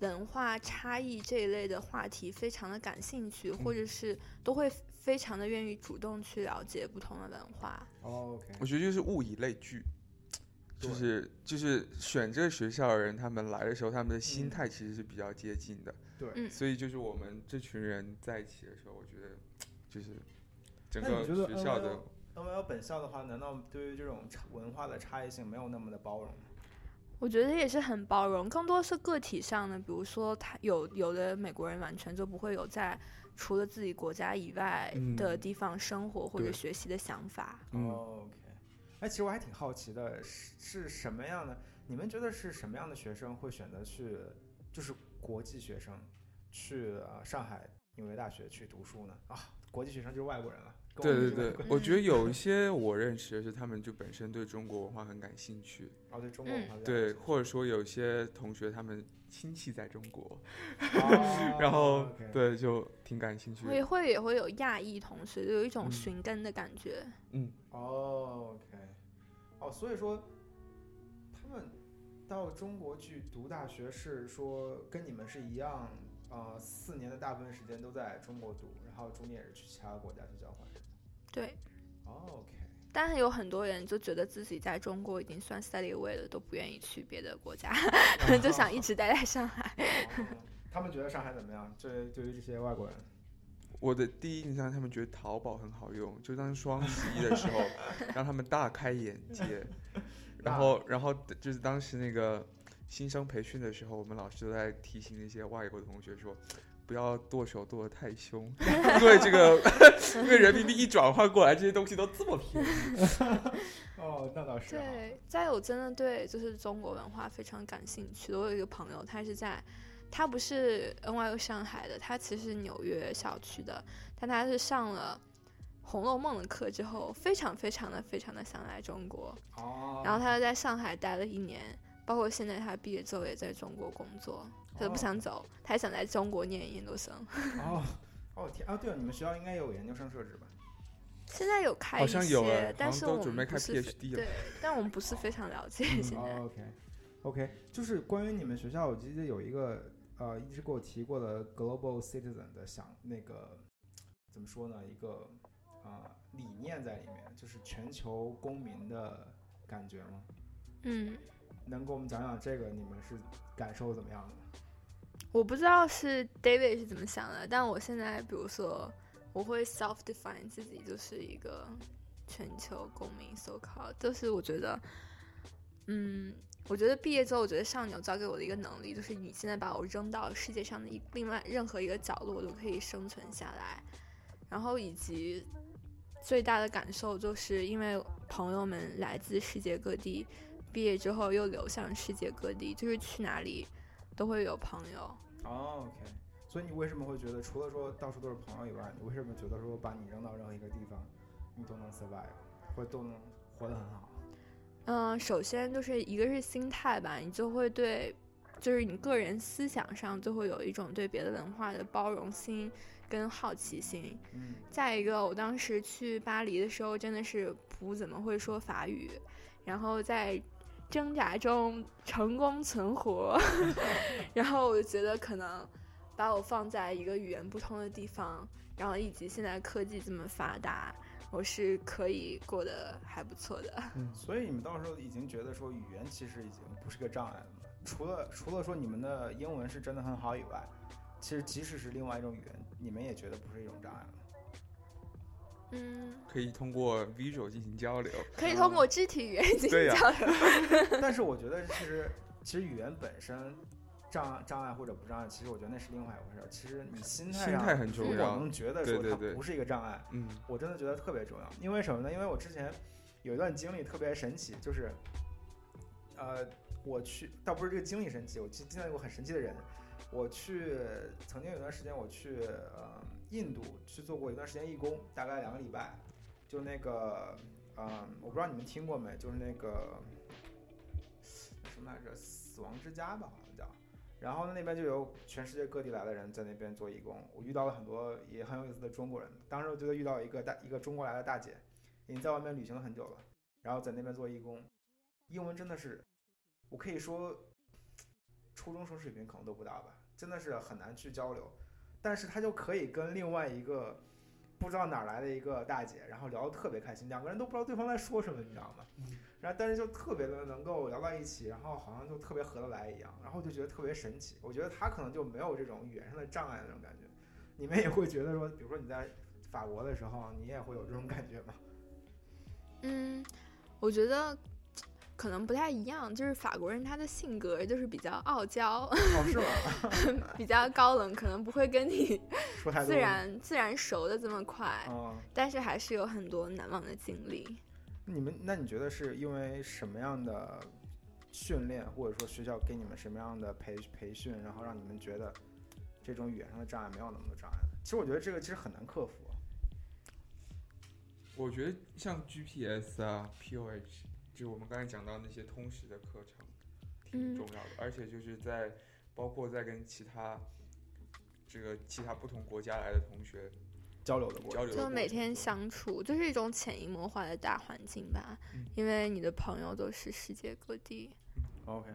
Speaker 2: 文化差异这一类的话题非常的感兴趣，
Speaker 3: 嗯
Speaker 2: 或者是都会非常的愿意主动去了解不同的文化。
Speaker 1: 哦，OK，
Speaker 3: 我觉得就是物以类聚，就
Speaker 1: 对
Speaker 3: 是就是选这个学校的人，他们来的时候，他们的心
Speaker 1: 嗯
Speaker 3: 态其实是比较接近的。
Speaker 1: 对
Speaker 2: 嗯
Speaker 3: 所以就是我们这群人在一起的时候，我觉得就是整
Speaker 1: 那你
Speaker 3: 个
Speaker 1: 觉得
Speaker 3: 学校
Speaker 1: NYU
Speaker 3: 的
Speaker 1: 那么本校的话，难道对于这种差文化的差异性没有那么的包容吗？
Speaker 2: 我觉得也是很包容，更多是个体上的，比如说他有有的美国人完全就不会有在除了自己国家以外的
Speaker 3: 嗯
Speaker 2: 地方生活或者
Speaker 3: 对
Speaker 2: 学习的想法。
Speaker 3: 嗯，
Speaker 1: o k 哎，其实我还挺好奇的，是是什么样的？你们觉得是什么样的学生会选择去，就是国际学生去、呃、上海纽约大学去读书呢？啊，国际学生就是外国人了。跟我
Speaker 3: 对
Speaker 1: 们
Speaker 3: 对
Speaker 1: 这边嗯
Speaker 3: 对
Speaker 1: 的国，
Speaker 3: 我觉得有一些我认识的是他们就本身对中国文化很感兴趣，
Speaker 1: 哦，对中国文化比较
Speaker 3: 对，
Speaker 1: 好
Speaker 3: 或者说有些同学他们亲戚在中国，
Speaker 1: 哦
Speaker 3: 然后
Speaker 1: OK
Speaker 3: 对就挺感兴趣
Speaker 2: 我
Speaker 3: 的。
Speaker 2: 也会也会有亚裔同学，有一种
Speaker 3: 嗯
Speaker 2: 寻根的感觉。
Speaker 1: 哦，OK，哦，所以说他们到中国去读大学是说跟你们是一样，呃，四年的大部分时间都在中国读，然后中间也是去其他国家去交换。
Speaker 2: 对，
Speaker 1: 哦，OK，
Speaker 2: 但是有很多人就觉得自己在中国已经算 steady away 了，都不愿意去别的国家， 就想一直待在上海。
Speaker 1: 哦。他们觉得上海怎么样？这对于这些外国人，
Speaker 3: 我的第一印象，他们觉得淘宝很好用，就当双十一的时 候，让他们大开眼界。然后，然后就是当时那个新生培训的时候，我们老师都在提醒那些外国同学说，不要剁手剁得太 凶，因为这个 因为人民币一转换过来，这些东西都这么便宜。
Speaker 1: 哦，那倒是哈。
Speaker 2: 对，再有真的对就是中国文化非常感兴趣的，我有一个朋友，他是在，他不是 NYU 上海的，他其实是纽约校区的，但他是上了《红楼梦》的课之后，非常非常的非常的想来中国，
Speaker 1: 哦，
Speaker 2: 然后他就在上海待了一年，包括现在他毕业之后也在中国工作，他就不
Speaker 1: 哦
Speaker 2: 想走，他还想在中国念研究生。
Speaker 1: 哦，哦天啊，对了，你们学校应该有研究生设置吧？
Speaker 2: 现在有开
Speaker 3: 好
Speaker 2: 一
Speaker 3: 像有哎
Speaker 2: 些
Speaker 3: 好，
Speaker 2: 但
Speaker 3: 像
Speaker 2: 是
Speaker 3: 都
Speaker 2: 我
Speaker 3: 准
Speaker 2: 们
Speaker 3: 备
Speaker 2: 不
Speaker 3: 开
Speaker 2: 是非
Speaker 3: PhD 了嗯
Speaker 2: 对，但我们不是非常了解现在。
Speaker 1: 哦，OK，OK，、就是关于你们学校，我记得有一个呃，一直给我提过的 Global Citizen 的想那个怎么说呢，一个啊、呃理念在里面，就是全球公民的感觉吗？
Speaker 2: 嗯，
Speaker 1: 能给我们讲讲这个你们是感受怎么样的吗？
Speaker 2: 我不知道是 David 是怎么想的，但我现在比如说，我会 self define 自己就是一个全球公民，so called，就是我觉得，嗯，我觉得毕业之后，我觉得上牛教给我的一个能力，就是你现在把我扔到世界上的一另外任何一个角落，我都可以生存下来，然后以及。最大的感受就是因为朋友们来自世界各地，毕业之后又流向世界各地，就是去哪里都会有朋友。
Speaker 1: 哦，OK，所以你为什么会觉得除了说到处都是朋友以外，你为什么觉得说把你扔到任何一个地方，你都能 survive，或者都能活得很好？
Speaker 2: 嗯，首先就是一个是心态吧，你就会对，就是你个人思想上就会有一种对别的文化的包容心跟好奇心。
Speaker 1: 嗯，
Speaker 2: 再一个，我当时去巴黎的时候真的是不怎么会说法语，然后在挣扎中成功存活，然后我就觉得可能把我放在一个语言不通的地方，然后以及现在科技这么发达，我是可以过得还不错的。
Speaker 3: 嗯
Speaker 1: 所以你们到时候已经觉得说语言其实已经不是个障碍了嘛？除了除了说你们的英文是真的很好以外，其实即使是另外一种语言，你们也觉得不是一种障碍了。
Speaker 2: 嗯。
Speaker 3: 可以通过 visual 进行交流。
Speaker 2: 可以通过肢体语言进
Speaker 3: 对
Speaker 2: 行
Speaker 3: 呀
Speaker 2: 交流。
Speaker 1: 但是我觉得其实其实语言本身障障碍或者不障碍，其实我觉得那是另外一回事儿。其实你心态
Speaker 3: 心
Speaker 1: 上，
Speaker 3: 态很
Speaker 1: 如
Speaker 3: 重
Speaker 1: 果
Speaker 3: 要
Speaker 1: 能。觉得
Speaker 3: 对
Speaker 1: 说
Speaker 3: 对
Speaker 1: 它
Speaker 3: 对
Speaker 1: 不是一个障碍，
Speaker 3: 嗯，
Speaker 1: 我真的觉得特别重要。因为什么呢？因为我之前有一段经历特别神奇，就是，呃，我去，倒不是这个经历神奇，我去见到一个很神奇的人。我去，曾经有段时间我去呃印度去做过一段时间义工，大概两个礼拜。就那个，嗯、我不知道你们听过没，就是那个什么来着，《死亡之家》吧，好像叫。然后呢，那边就有全世界各地来的人在那边做义工，我遇到了很多也很有意思的中国人。当时我就遇到一个大一个中国来的大姐，已经在外面旅行了很久了，然后在那边做义工，英文真的是，我可以说初中生水平可能都不到吧，真的是很难去交流。但是她就可以跟另外一个不知道哪儿来的一个大姐，然后聊得特别开心，两个人都不知道对方在说什么，你知道吗？然后但是就特别的能够聊到一起，然后好像就特别合得来一样，然后就觉得特别神奇。我觉得他可能就没有这种语言上的障碍那种感觉。 你们也会觉得说，比如说你在法国的时候，你也会有这种感觉吗？
Speaker 2: 嗯，我觉得可能不太一样，就是法国人他的性格就是比较傲娇，
Speaker 1: 哦，是吗？
Speaker 2: 比较高冷，可能不会跟你
Speaker 1: 说太多。
Speaker 2: 自。然自然熟的这么快，
Speaker 1: 嗯，
Speaker 2: 但是还是有很多难忘的经历。
Speaker 1: 你们那你觉得是因为什么样的训练，或者说学校给你们什么样的培培训，然后让你们觉得这种语言上的障碍没有那么多障碍？其实我觉得这个其实很难克服。
Speaker 3: 我觉得像 GPS 啊、POH，就我们刚才讲到那些通识的课程，挺
Speaker 2: 嗯
Speaker 3: 重要的。而且就是在包括在跟其他这个其他不同国家来的同学
Speaker 1: 交流的过
Speaker 3: 交
Speaker 1: 程，
Speaker 3: 流的过程
Speaker 2: 就
Speaker 3: 中，
Speaker 2: 每天相处，就是一种潜移默化的大环境吧，
Speaker 3: 嗯
Speaker 2: 因为你的朋友都是世界各地。
Speaker 1: OK，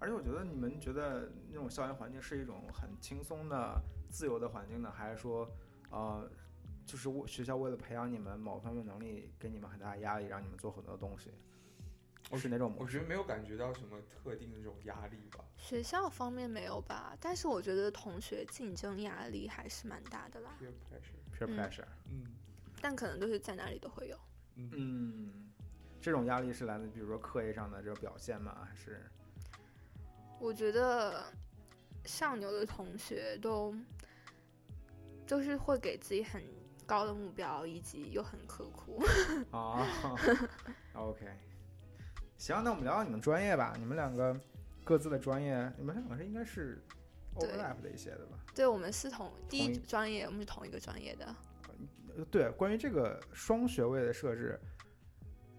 Speaker 1: 而且我觉得你们觉得那种校园环境是一种很轻松的、自由的环境呢，还是说，呃，就是为学校为了培养你们某方面能力，给你们很大的压力，让你们做很多东西，
Speaker 3: 我
Speaker 1: 是哪种
Speaker 3: 我
Speaker 1: 模式？
Speaker 3: 觉得没有感觉到什么特定的这种压力吧。
Speaker 2: 学校方面没有吧，但是我觉得同学竞争压力还是蛮大的啦，
Speaker 3: peer pressure，
Speaker 1: peer
Speaker 2: 嗯
Speaker 1: pressure，
Speaker 3: 嗯
Speaker 2: 但可能就是在哪里都会有。
Speaker 3: 嗯，
Speaker 1: 嗯，这种压力是来自比如说课业上的这种表现吗？还是
Speaker 2: 我觉得上游的同学都就是会给自己很高的目标，以及又很刻苦。
Speaker 1: 啊，OK，行，那我们聊聊你们专业吧，你们两个各自的专业，你们两个是应该是
Speaker 2: 对
Speaker 1: overlap 的一些对吧？
Speaker 2: 对我们是同第
Speaker 1: 同
Speaker 2: 一
Speaker 1: 一
Speaker 2: 专业，我们是同一个专业的。
Speaker 1: 呃对，关于这个双学位的设置，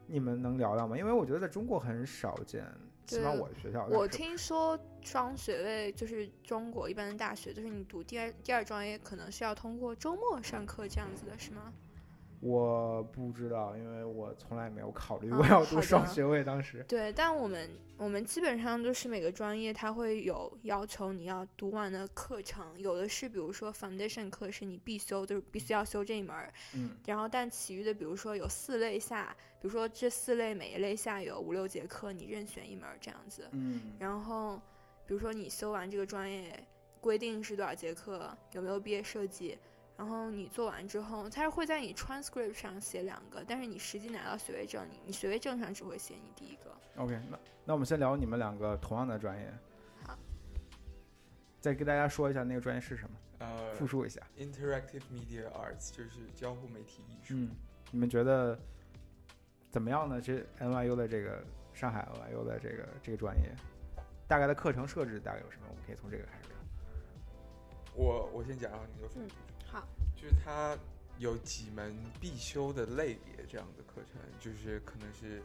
Speaker 1: 你们能聊聊吗？因为我觉得在中国很少见，起码
Speaker 2: 对
Speaker 1: 我的学校是，
Speaker 2: 我听说双学位就是中国一般的大学，就是你读第二第二专业，可能是要通过周末上课这样子的，是吗？
Speaker 1: 我不知道，因为我从来没有考虑
Speaker 2: 啊
Speaker 1: 过要
Speaker 2: 好
Speaker 1: 读
Speaker 2: 的
Speaker 1: 双学位。当时
Speaker 2: 对，但我们我们基本上就是每个专业它会有要求你要读完的课程，有的是比如说 foundation 课是你必修，就是必须要修这一门儿，
Speaker 1: 嗯，
Speaker 2: 然后但其余的比如说有四类下，比如说这四类每一类下有五六节课，你任选一门儿这样子。
Speaker 1: 嗯
Speaker 2: 然后，比如说你修完这个专业，规定是多少节课，有没有毕业设计，然后你做完之后，它是会在你 transcript 上写两个，但是你实际拿到学位证，你你学位证上只会写你第一个。
Speaker 1: ，OK，那那我们先聊你们两个同样的专业。
Speaker 2: 好。
Speaker 1: 再跟大家说一下那个专业是什么，
Speaker 3: 呃
Speaker 1: 复述一下。
Speaker 3: ，interactive media arts 就是交互媒体艺术。
Speaker 1: 嗯，你们觉得怎么样呢？这 NYU 的这个上海 NYU 的这个这个专业，大概的课程设置大概有什么？我们可以从这个开始聊。
Speaker 3: 我我先讲，然后啊你就说。
Speaker 2: 嗯好，
Speaker 3: 就是它有几门必修的类别这样的课程，就是可能是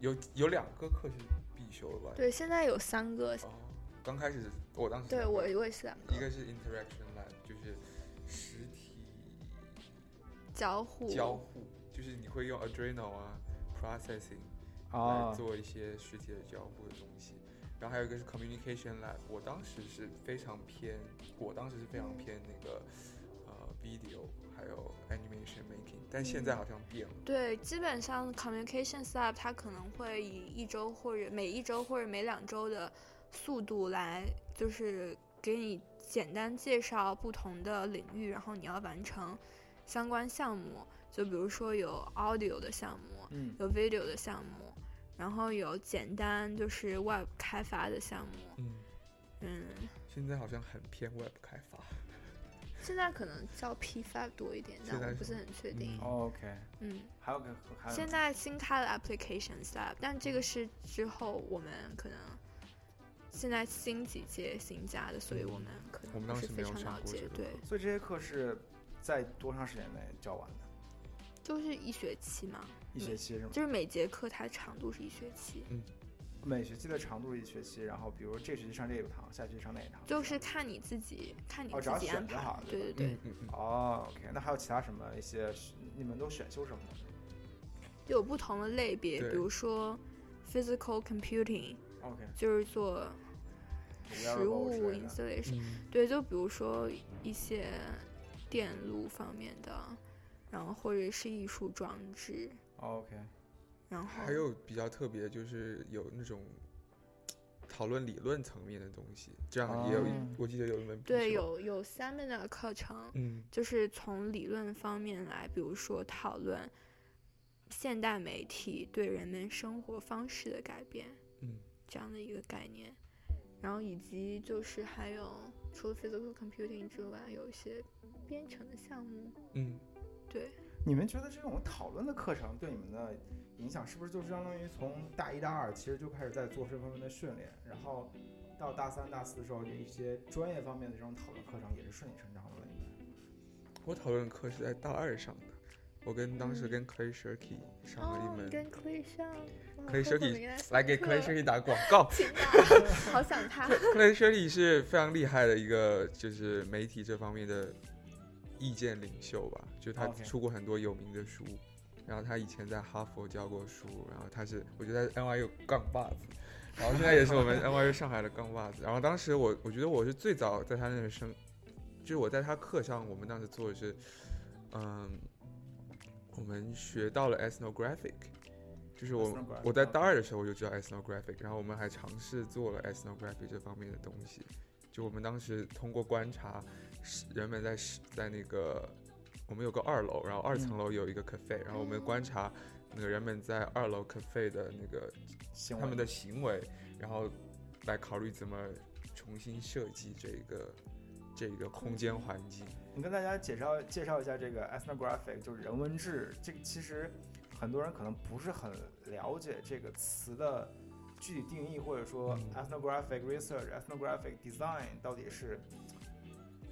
Speaker 3: 有有两个课是必修的吧？。
Speaker 2: 对，现在有三个，
Speaker 3: 哦，刚开始我当时
Speaker 2: 对
Speaker 3: 两个
Speaker 2: 我我也是两
Speaker 3: 一
Speaker 2: 个，
Speaker 3: 个是 interaction lab，就是实体
Speaker 2: 交互
Speaker 3: 交互，就是你会用 Adreno 啊 processing 来
Speaker 1: 哦，
Speaker 3: 做一些实体的交互的东西。然后还有一个是 communication lab，我当时是非常偏，我当时是非常偏那个呃 video 还有 animation making，但现在好像变了。
Speaker 2: 对，基本上 communication lab 它可能会以一周或者每一周或者每两周的速度来，就是给你简单介绍不同的领域，然后你要完成相关项目。就比如说有 audio 的项目，
Speaker 1: 嗯
Speaker 2: 有 video 的项目，然后有简单就是 web 开发的项目。
Speaker 3: 嗯，
Speaker 2: 嗯，
Speaker 3: 现在好像很偏 web 开发。
Speaker 2: 现在可能叫 P five 多一点，但
Speaker 3: 现在
Speaker 2: 我
Speaker 3: 是
Speaker 2: 不是很确定。
Speaker 3: 嗯
Speaker 1: ，OK，
Speaker 2: 嗯
Speaker 1: 还有个还有
Speaker 2: 现在新开了 Application Lab，但这个是之后我们可能现在新几届新加的，所以我们可
Speaker 3: 我
Speaker 2: 能
Speaker 3: 们当
Speaker 2: 不是
Speaker 3: 时
Speaker 2: 非
Speaker 3: 没有
Speaker 2: 常
Speaker 3: 上
Speaker 2: 了
Speaker 3: 过
Speaker 2: 解
Speaker 3: 这。个
Speaker 2: 对，
Speaker 1: 所以这些课是在多长时间内教完的？
Speaker 2: 就是一学期嘛，
Speaker 1: 一学期是吗？
Speaker 2: 就是每节课它长度是一学期，嗯
Speaker 1: 每学期的长度是一学期，然后比如这学期上这一堂，下学期上那一堂。
Speaker 2: 就是看你自己看你
Speaker 1: 哦只
Speaker 2: 自
Speaker 1: 要
Speaker 2: 己
Speaker 1: 选
Speaker 2: 安
Speaker 1: 择
Speaker 2: 排。
Speaker 1: 好对
Speaker 2: 对
Speaker 1: 吧
Speaker 2: 对对，
Speaker 3: 嗯嗯
Speaker 1: 哦，OK，那还有其他什么一些？你们都选修什么的
Speaker 2: 就有不同的类别，
Speaker 3: 对
Speaker 2: 比如说 Physical Computing，
Speaker 1: ？OK，
Speaker 2: 就是做实物
Speaker 1: wearable 之类的
Speaker 2: installation，
Speaker 3: 嗯
Speaker 2: 对，就比如说一些电路方面的，然后或者是艺术装置，
Speaker 1: 哦 OK，
Speaker 2: 然后
Speaker 3: 还有比较特别的就是有那种讨论理论层面的东西，这样啊也有一，
Speaker 1: 哦
Speaker 3: 我记得有一门必
Speaker 2: 对
Speaker 3: 修。
Speaker 2: 有有 seminar 课程，
Speaker 3: 嗯
Speaker 2: 就是从理论方面来，比如说讨论现代媒体对人们生活方式的改变
Speaker 3: 嗯
Speaker 2: 这样的一个概念，然后以及就是还有除了 physical computing 之外，有一些编程的项目，
Speaker 3: 嗯，
Speaker 2: 对，
Speaker 1: 你们觉得这种讨论的课程对你们的影响，是不是就是相当于从大一、大二其实就开始在做这方面的训练，然后到大三、大四的时候，有一些专业方面的这种讨论课程也是顺理成章的了？应该
Speaker 3: 我讨论课是在大二上的，我跟当时跟 Clay Shirky 上了一
Speaker 2: 哦，
Speaker 3: 门，
Speaker 2: 跟 Clay 上哇
Speaker 3: Clay
Speaker 2: 好久
Speaker 3: Shirky，
Speaker 2: 没来上
Speaker 3: 来给
Speaker 2: 课
Speaker 3: Clay
Speaker 2: 了
Speaker 3: Shirky 打广告。
Speaker 2: 请假，好想他。
Speaker 3: Clay Shirley 是非常厉害的一个，就是媒体这方面的意见领袖吧，就他
Speaker 1: OK
Speaker 3: 出过很多有名的书，然后他以前在哈佛教过书，然后他是我觉得他 NYU 杠把子，然后现在也是我们 NYU 上海的杠把子。然后当时我我觉得我是最早在他那里生，就是我在他课上，我们当时做的是，嗯，我们学到了 ethnographic。就是我
Speaker 1: Ethnographic，
Speaker 3: 我在
Speaker 1: OK
Speaker 3: 大二的时候我就知道 ethnographic，然后我们还尝试做了 ethnographic 这方面的东西。就我们当时通过观察，是人们在是在那个我们有个二楼，然后二
Speaker 1: 嗯
Speaker 3: 层楼有一个 cafe，、然后我们观察那个人们在二楼 cafe 的那个
Speaker 1: 行为
Speaker 3: 他们的行为，然后来考虑怎么重新设计这个这个空间环境。
Speaker 1: 你跟大家介绍介绍一下这个 ethnographic，就是人文志。这个其实很多人可能不是很了解这个词的具体定义，或者说
Speaker 3: 嗯
Speaker 1: ethnographic research、ethnographic design 到底是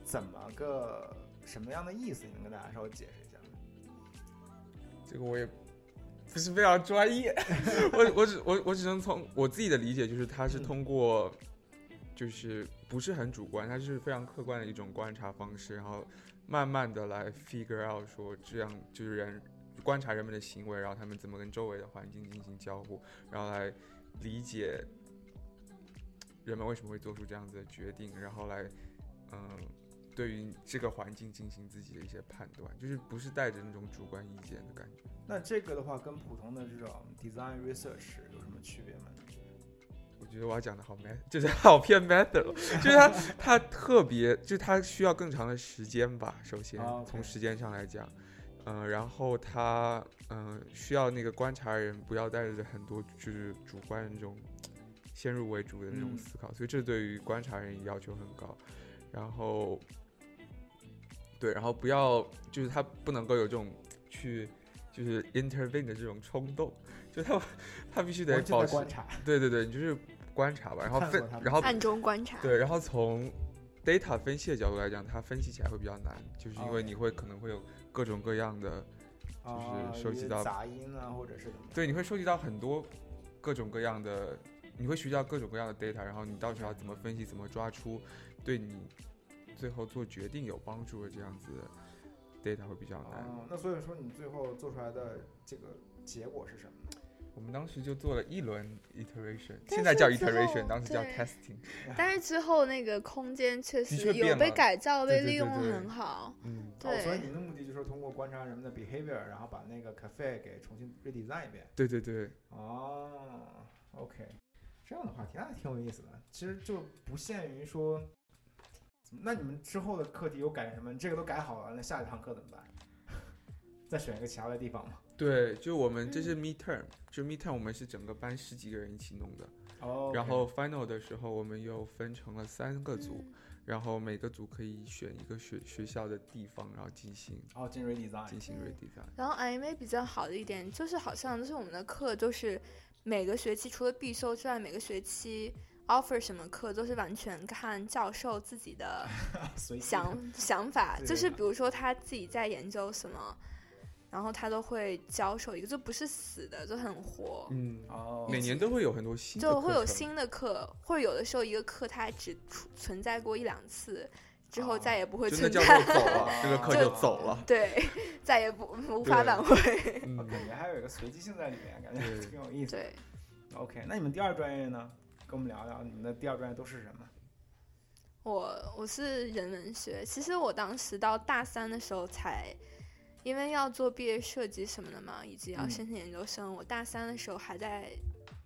Speaker 1: 怎么个什么样的意思？你能跟大家稍微解释一下吗？
Speaker 3: 这个我也不是非常专业，我我只我我只能从我自己的理解，就是它是
Speaker 1: 嗯
Speaker 3: 通过，就是不是很主观，它是非常客观的一种观察方式，然后慢慢的来 figure out 说这样就是人观察人们的行为，然后他们怎么跟周围的环境进行交互，然后来理解人们为什么会做出这样子的决定，然后来嗯。对于这个环境进行自己的一些判断，就是不是带着那种主观意见的感觉。
Speaker 1: 那这个的话，跟普通的这种 design research 有什么区别吗？
Speaker 3: 我觉得我要讲的好 method，就是好偏 method，了 就是它它特别，就是它需要更长的时间吧。首先
Speaker 1: 啊，OK
Speaker 3: 从时间上来讲，嗯、然后它嗯、呃需要那个观察人不要带着很多就是主观的那种先入为主的那种
Speaker 1: 嗯
Speaker 3: 思考，所以这对于观察人要求很高。然后对，然后不要就是他不能够有这种去就是 intervene 的这种冲动，就他他必须得
Speaker 1: 我就
Speaker 3: 保
Speaker 1: 在
Speaker 3: 持。
Speaker 1: 观察，
Speaker 3: 对对对，你 就是观察吧，然后
Speaker 1: 探
Speaker 3: 分
Speaker 1: 索他，们
Speaker 3: 然后
Speaker 2: 暗中观察，
Speaker 3: 对，然后从 data 分析的角度来讲，它分析起来会比较难，就是因为
Speaker 1: 哦 OK
Speaker 3: 你会可能会有各种各样的，
Speaker 1: 啊
Speaker 3: 收集
Speaker 1: 一些
Speaker 3: 到
Speaker 1: 杂音啊，或者是怎么样？
Speaker 3: 对，你会收集到很多各种各样的，你会学到各种各样的 data，然后你到时候要怎么分析，怎么抓出对你最后做决定有帮助的这样子的 data 会比较难。
Speaker 1: 哦，那所以说你最后做出来的这个结果是什么呢？
Speaker 3: 我们当时就做了一轮 iteration，
Speaker 2: 但
Speaker 3: 现在叫
Speaker 2: 是之后
Speaker 3: iteration，当时叫
Speaker 2: 对
Speaker 3: testing。
Speaker 2: 但是之后那个空间确
Speaker 3: 的
Speaker 2: 实
Speaker 3: 确
Speaker 2: 有
Speaker 3: 变
Speaker 2: 被
Speaker 3: 了
Speaker 2: 改造、
Speaker 3: 对
Speaker 2: 被
Speaker 3: 对
Speaker 2: 利
Speaker 3: 对
Speaker 2: 用
Speaker 3: 对
Speaker 2: 很好。
Speaker 3: 嗯，
Speaker 1: 哦，所以
Speaker 2: 对，
Speaker 1: 您的目的就是通过观察人们的 behavior，然后把那个 cafe 给重新 redesign 一遍。
Speaker 3: 对对对，
Speaker 1: 哦，OK，这样的话题那还挺有意思的。其实就不限于说，怎么那你们之后的课题有改什么？这个都改好了，那下一堂课怎么办？再选一个其他的地方吗？
Speaker 3: 对，就我们这是
Speaker 2: 嗯
Speaker 3: midterm，、就 midterm 我们是整个班十几个人一起弄的。
Speaker 1: 哦，
Speaker 3: 然后 final 的时候，我们又分成了三个组，
Speaker 2: 嗯
Speaker 3: 然后每个组可以选一个学学校的地方，然后进行
Speaker 1: 哦，进
Speaker 3: 进
Speaker 1: redesign，
Speaker 3: 行
Speaker 2: 嗯
Speaker 3: redesign。
Speaker 2: 然后 IMA 比较好的一点就是，好像就是我们的课就是每个学期除了必修之外，每个学期 offer 什么课都是完全看教授自己 的
Speaker 1: 随机
Speaker 2: 想想法，
Speaker 1: 对
Speaker 2: 就是比如说他自己在研究什么，然后他都会教授一个，就不是死的，就很活。
Speaker 3: 嗯，
Speaker 1: 哦，
Speaker 3: 每年都会有很多新的
Speaker 2: 就会有
Speaker 3: 课程
Speaker 2: 新的课，或者有的时候一个课它只出存在过一两次，之后
Speaker 1: 哦
Speaker 2: 再也不会
Speaker 3: 真的
Speaker 2: 存
Speaker 3: 叫
Speaker 2: 在，
Speaker 3: 做走了，这个课就
Speaker 2: 就
Speaker 3: 走了。
Speaker 2: 对，再也不无法
Speaker 3: 对
Speaker 2: 挽回。
Speaker 3: 嗯，
Speaker 1: 感觉还有一个随机性在里面，感觉
Speaker 3: 对
Speaker 1: 挺有意思的。
Speaker 2: 对，
Speaker 1: OK，那你们第二专业呢？跟我们聊聊你们的第二专业都是什么？
Speaker 2: 我我是人文学，其实我当时到大三的时候才，因为要做毕业设计什么的嘛，以及要
Speaker 1: 嗯
Speaker 2: 申请研究生，我大三的时候还在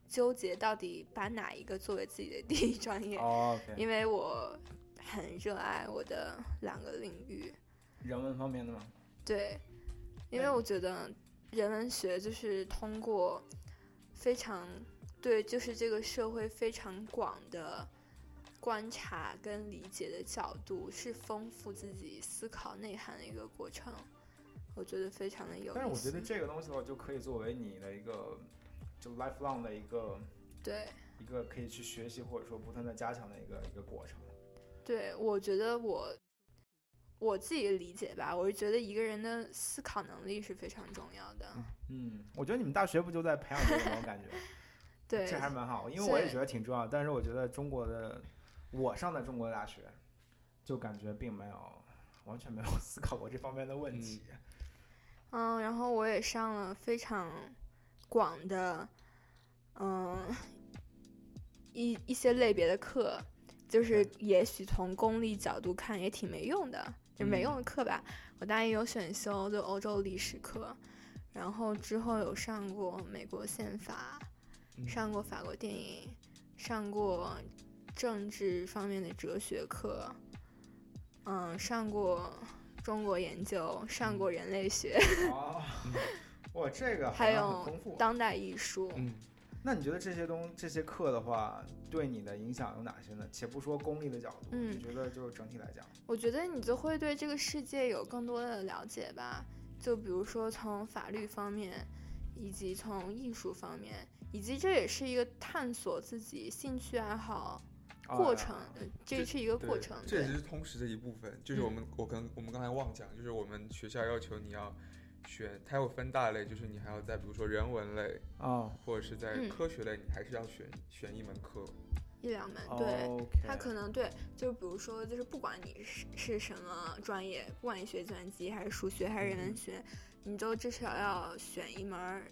Speaker 2: 纠结到底把哪一个作为自己的第一专业，
Speaker 1: 哦，OK，
Speaker 2: 因为我很热爱我的两个领域，
Speaker 1: 人文方面的吗？
Speaker 2: 对，因为
Speaker 1: 哎
Speaker 2: 我觉得人文学就是通过非常对，就是这个社会非常广的观察跟理解的角度，是丰富自己思考内涵的一个过程。我觉得非常的有意思。
Speaker 1: 但是我觉得这个东西的话，就可以作为你的一个就 lifelong 的一个
Speaker 2: 对
Speaker 1: 一个可以去学习或者说不断的加强的一个一个过程。
Speaker 2: 对，我觉得我我自己的理解吧，我是觉得一个人的思考能力是非常重要的。
Speaker 1: 嗯，我觉得你们大学不就在培养这个吗？我感觉
Speaker 2: 对，
Speaker 1: 这还蛮好，因为
Speaker 2: 所
Speaker 1: 我也
Speaker 2: 以
Speaker 1: 觉得挺重要。但是我觉得中国的，我上的中国的大学，就感觉并没有完全没有 思考过这方面的问题。
Speaker 2: 嗯，然后我也上了非常广的，嗯，一一些类别的课，就是也许从功利角度看也挺没用的，就没
Speaker 1: 嗯
Speaker 2: 用的课吧。我大一有选修就欧洲历史课，然后之后有上过美国宪法，
Speaker 3: 嗯
Speaker 2: 上过法国电影，上过政治方面的哲学课，嗯，上过中国研究，上过人类学，
Speaker 1: 哦，哇，这个好
Speaker 2: 还
Speaker 1: 像
Speaker 2: 有
Speaker 1: 很丰富。
Speaker 2: 当代艺术。
Speaker 3: 嗯，
Speaker 1: 那你觉得这些东这些课的话，对你的影响有哪些呢？且不说功利的角度，
Speaker 2: 嗯
Speaker 1: 你觉得就是整体来讲，
Speaker 2: 我觉得你就会对这个世界有更多的了解吧。就比如说从法律方面，以及从艺术方面，以及这也是一个探索自己兴趣爱好
Speaker 1: 啊
Speaker 2: 过程，呃这
Speaker 3: 这
Speaker 2: 是一个
Speaker 3: 对
Speaker 2: 过程。
Speaker 3: 这也
Speaker 2: 对嗯
Speaker 3: 只是通识的一部分。就是我们，我跟我们刚才忘讲，就是我们学校要求你要选，它有分大类，就是你还要在比如说人文类
Speaker 1: 哦
Speaker 3: 或者是在
Speaker 2: 嗯
Speaker 3: 科学类，你还是要选选一门课。
Speaker 2: 一两门，
Speaker 3: 哦
Speaker 2: 对。
Speaker 1: 哦，OK，
Speaker 2: 他可能对，就比如说，就是不管你是是什么专业，不管你学计算机还是数学还是人文学，你都至少要选一门儿，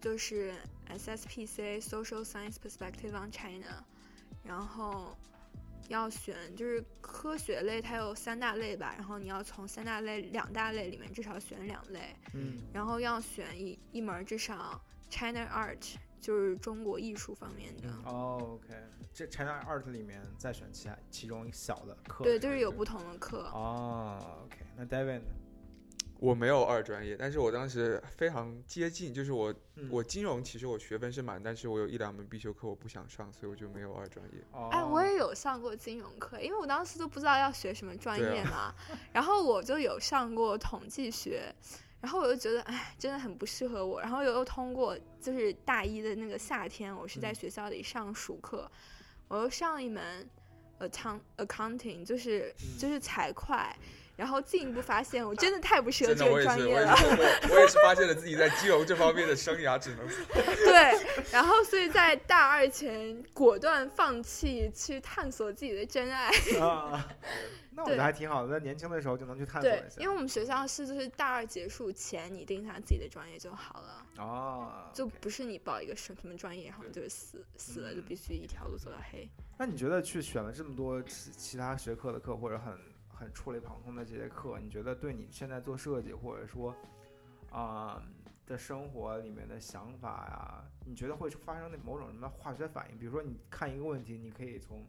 Speaker 2: 就是 SSPC Social Science Perspective on China，然后要选就是科学类，它有三大类吧，然后你要从三大类两大类里面至少选两类，
Speaker 1: 嗯
Speaker 2: 然后要选一一门儿至少 China Art，就是中国艺术方面的。
Speaker 3: 嗯
Speaker 1: 哦，OK，这 China Art 里面再选其他其中小的课，
Speaker 2: 对，就是有
Speaker 3: 对
Speaker 2: 不同的课。
Speaker 1: 哦，OK，那 David 呢？
Speaker 3: 我没有二专业，但是我当时非常接近，就是我、
Speaker 1: 嗯
Speaker 3: 我金融其实我学分是满，但是我有一两门必修课我不想上，所以我就没有二专业。
Speaker 1: 哦，
Speaker 2: 哎，我也有上过金融课，因为我当时都不知道要学什么专
Speaker 3: 对啊
Speaker 2: 业嘛，然后我就有上过统计学，然后我就觉得哎，真的很不适合我，然后又又通过就是大一的那个夏天，我是在
Speaker 3: 嗯
Speaker 2: 学校里上暑课，我又上一门 account accounting，就是、
Speaker 3: 嗯
Speaker 2: 就是财会，然后进一步发现我真的太不适合
Speaker 3: 真
Speaker 2: 这
Speaker 3: 的，我
Speaker 2: 个
Speaker 3: 也
Speaker 2: 专
Speaker 3: 是，
Speaker 2: 业
Speaker 3: 我也
Speaker 2: 了，
Speaker 3: 是，我我也是发现了自己在金融这方面的生涯只能
Speaker 2: 对，然后所以在大二前果断放弃去探索自己的真爱。
Speaker 1: 啊， 那我觉
Speaker 2: 对
Speaker 1: 得还挺好的，在年轻的时候就能去探索
Speaker 2: 对
Speaker 1: 一，下。
Speaker 2: 因为我们学校是就是大二结束前你定下自己的专业就好了，
Speaker 1: 哦，
Speaker 2: 就
Speaker 1: OK 嗯
Speaker 2: 不是你报一个什么什么专业，然后就是死死了就必须一条路走到黑。
Speaker 1: 那你觉得去选了这么多其其他学科的课，或者很很触类旁通的这些课，你觉得对你现在做设计，或者说啊、的生活里面的想法呀、你觉得会发生那某种什么化学反应？比如说你看一个问题，你可以从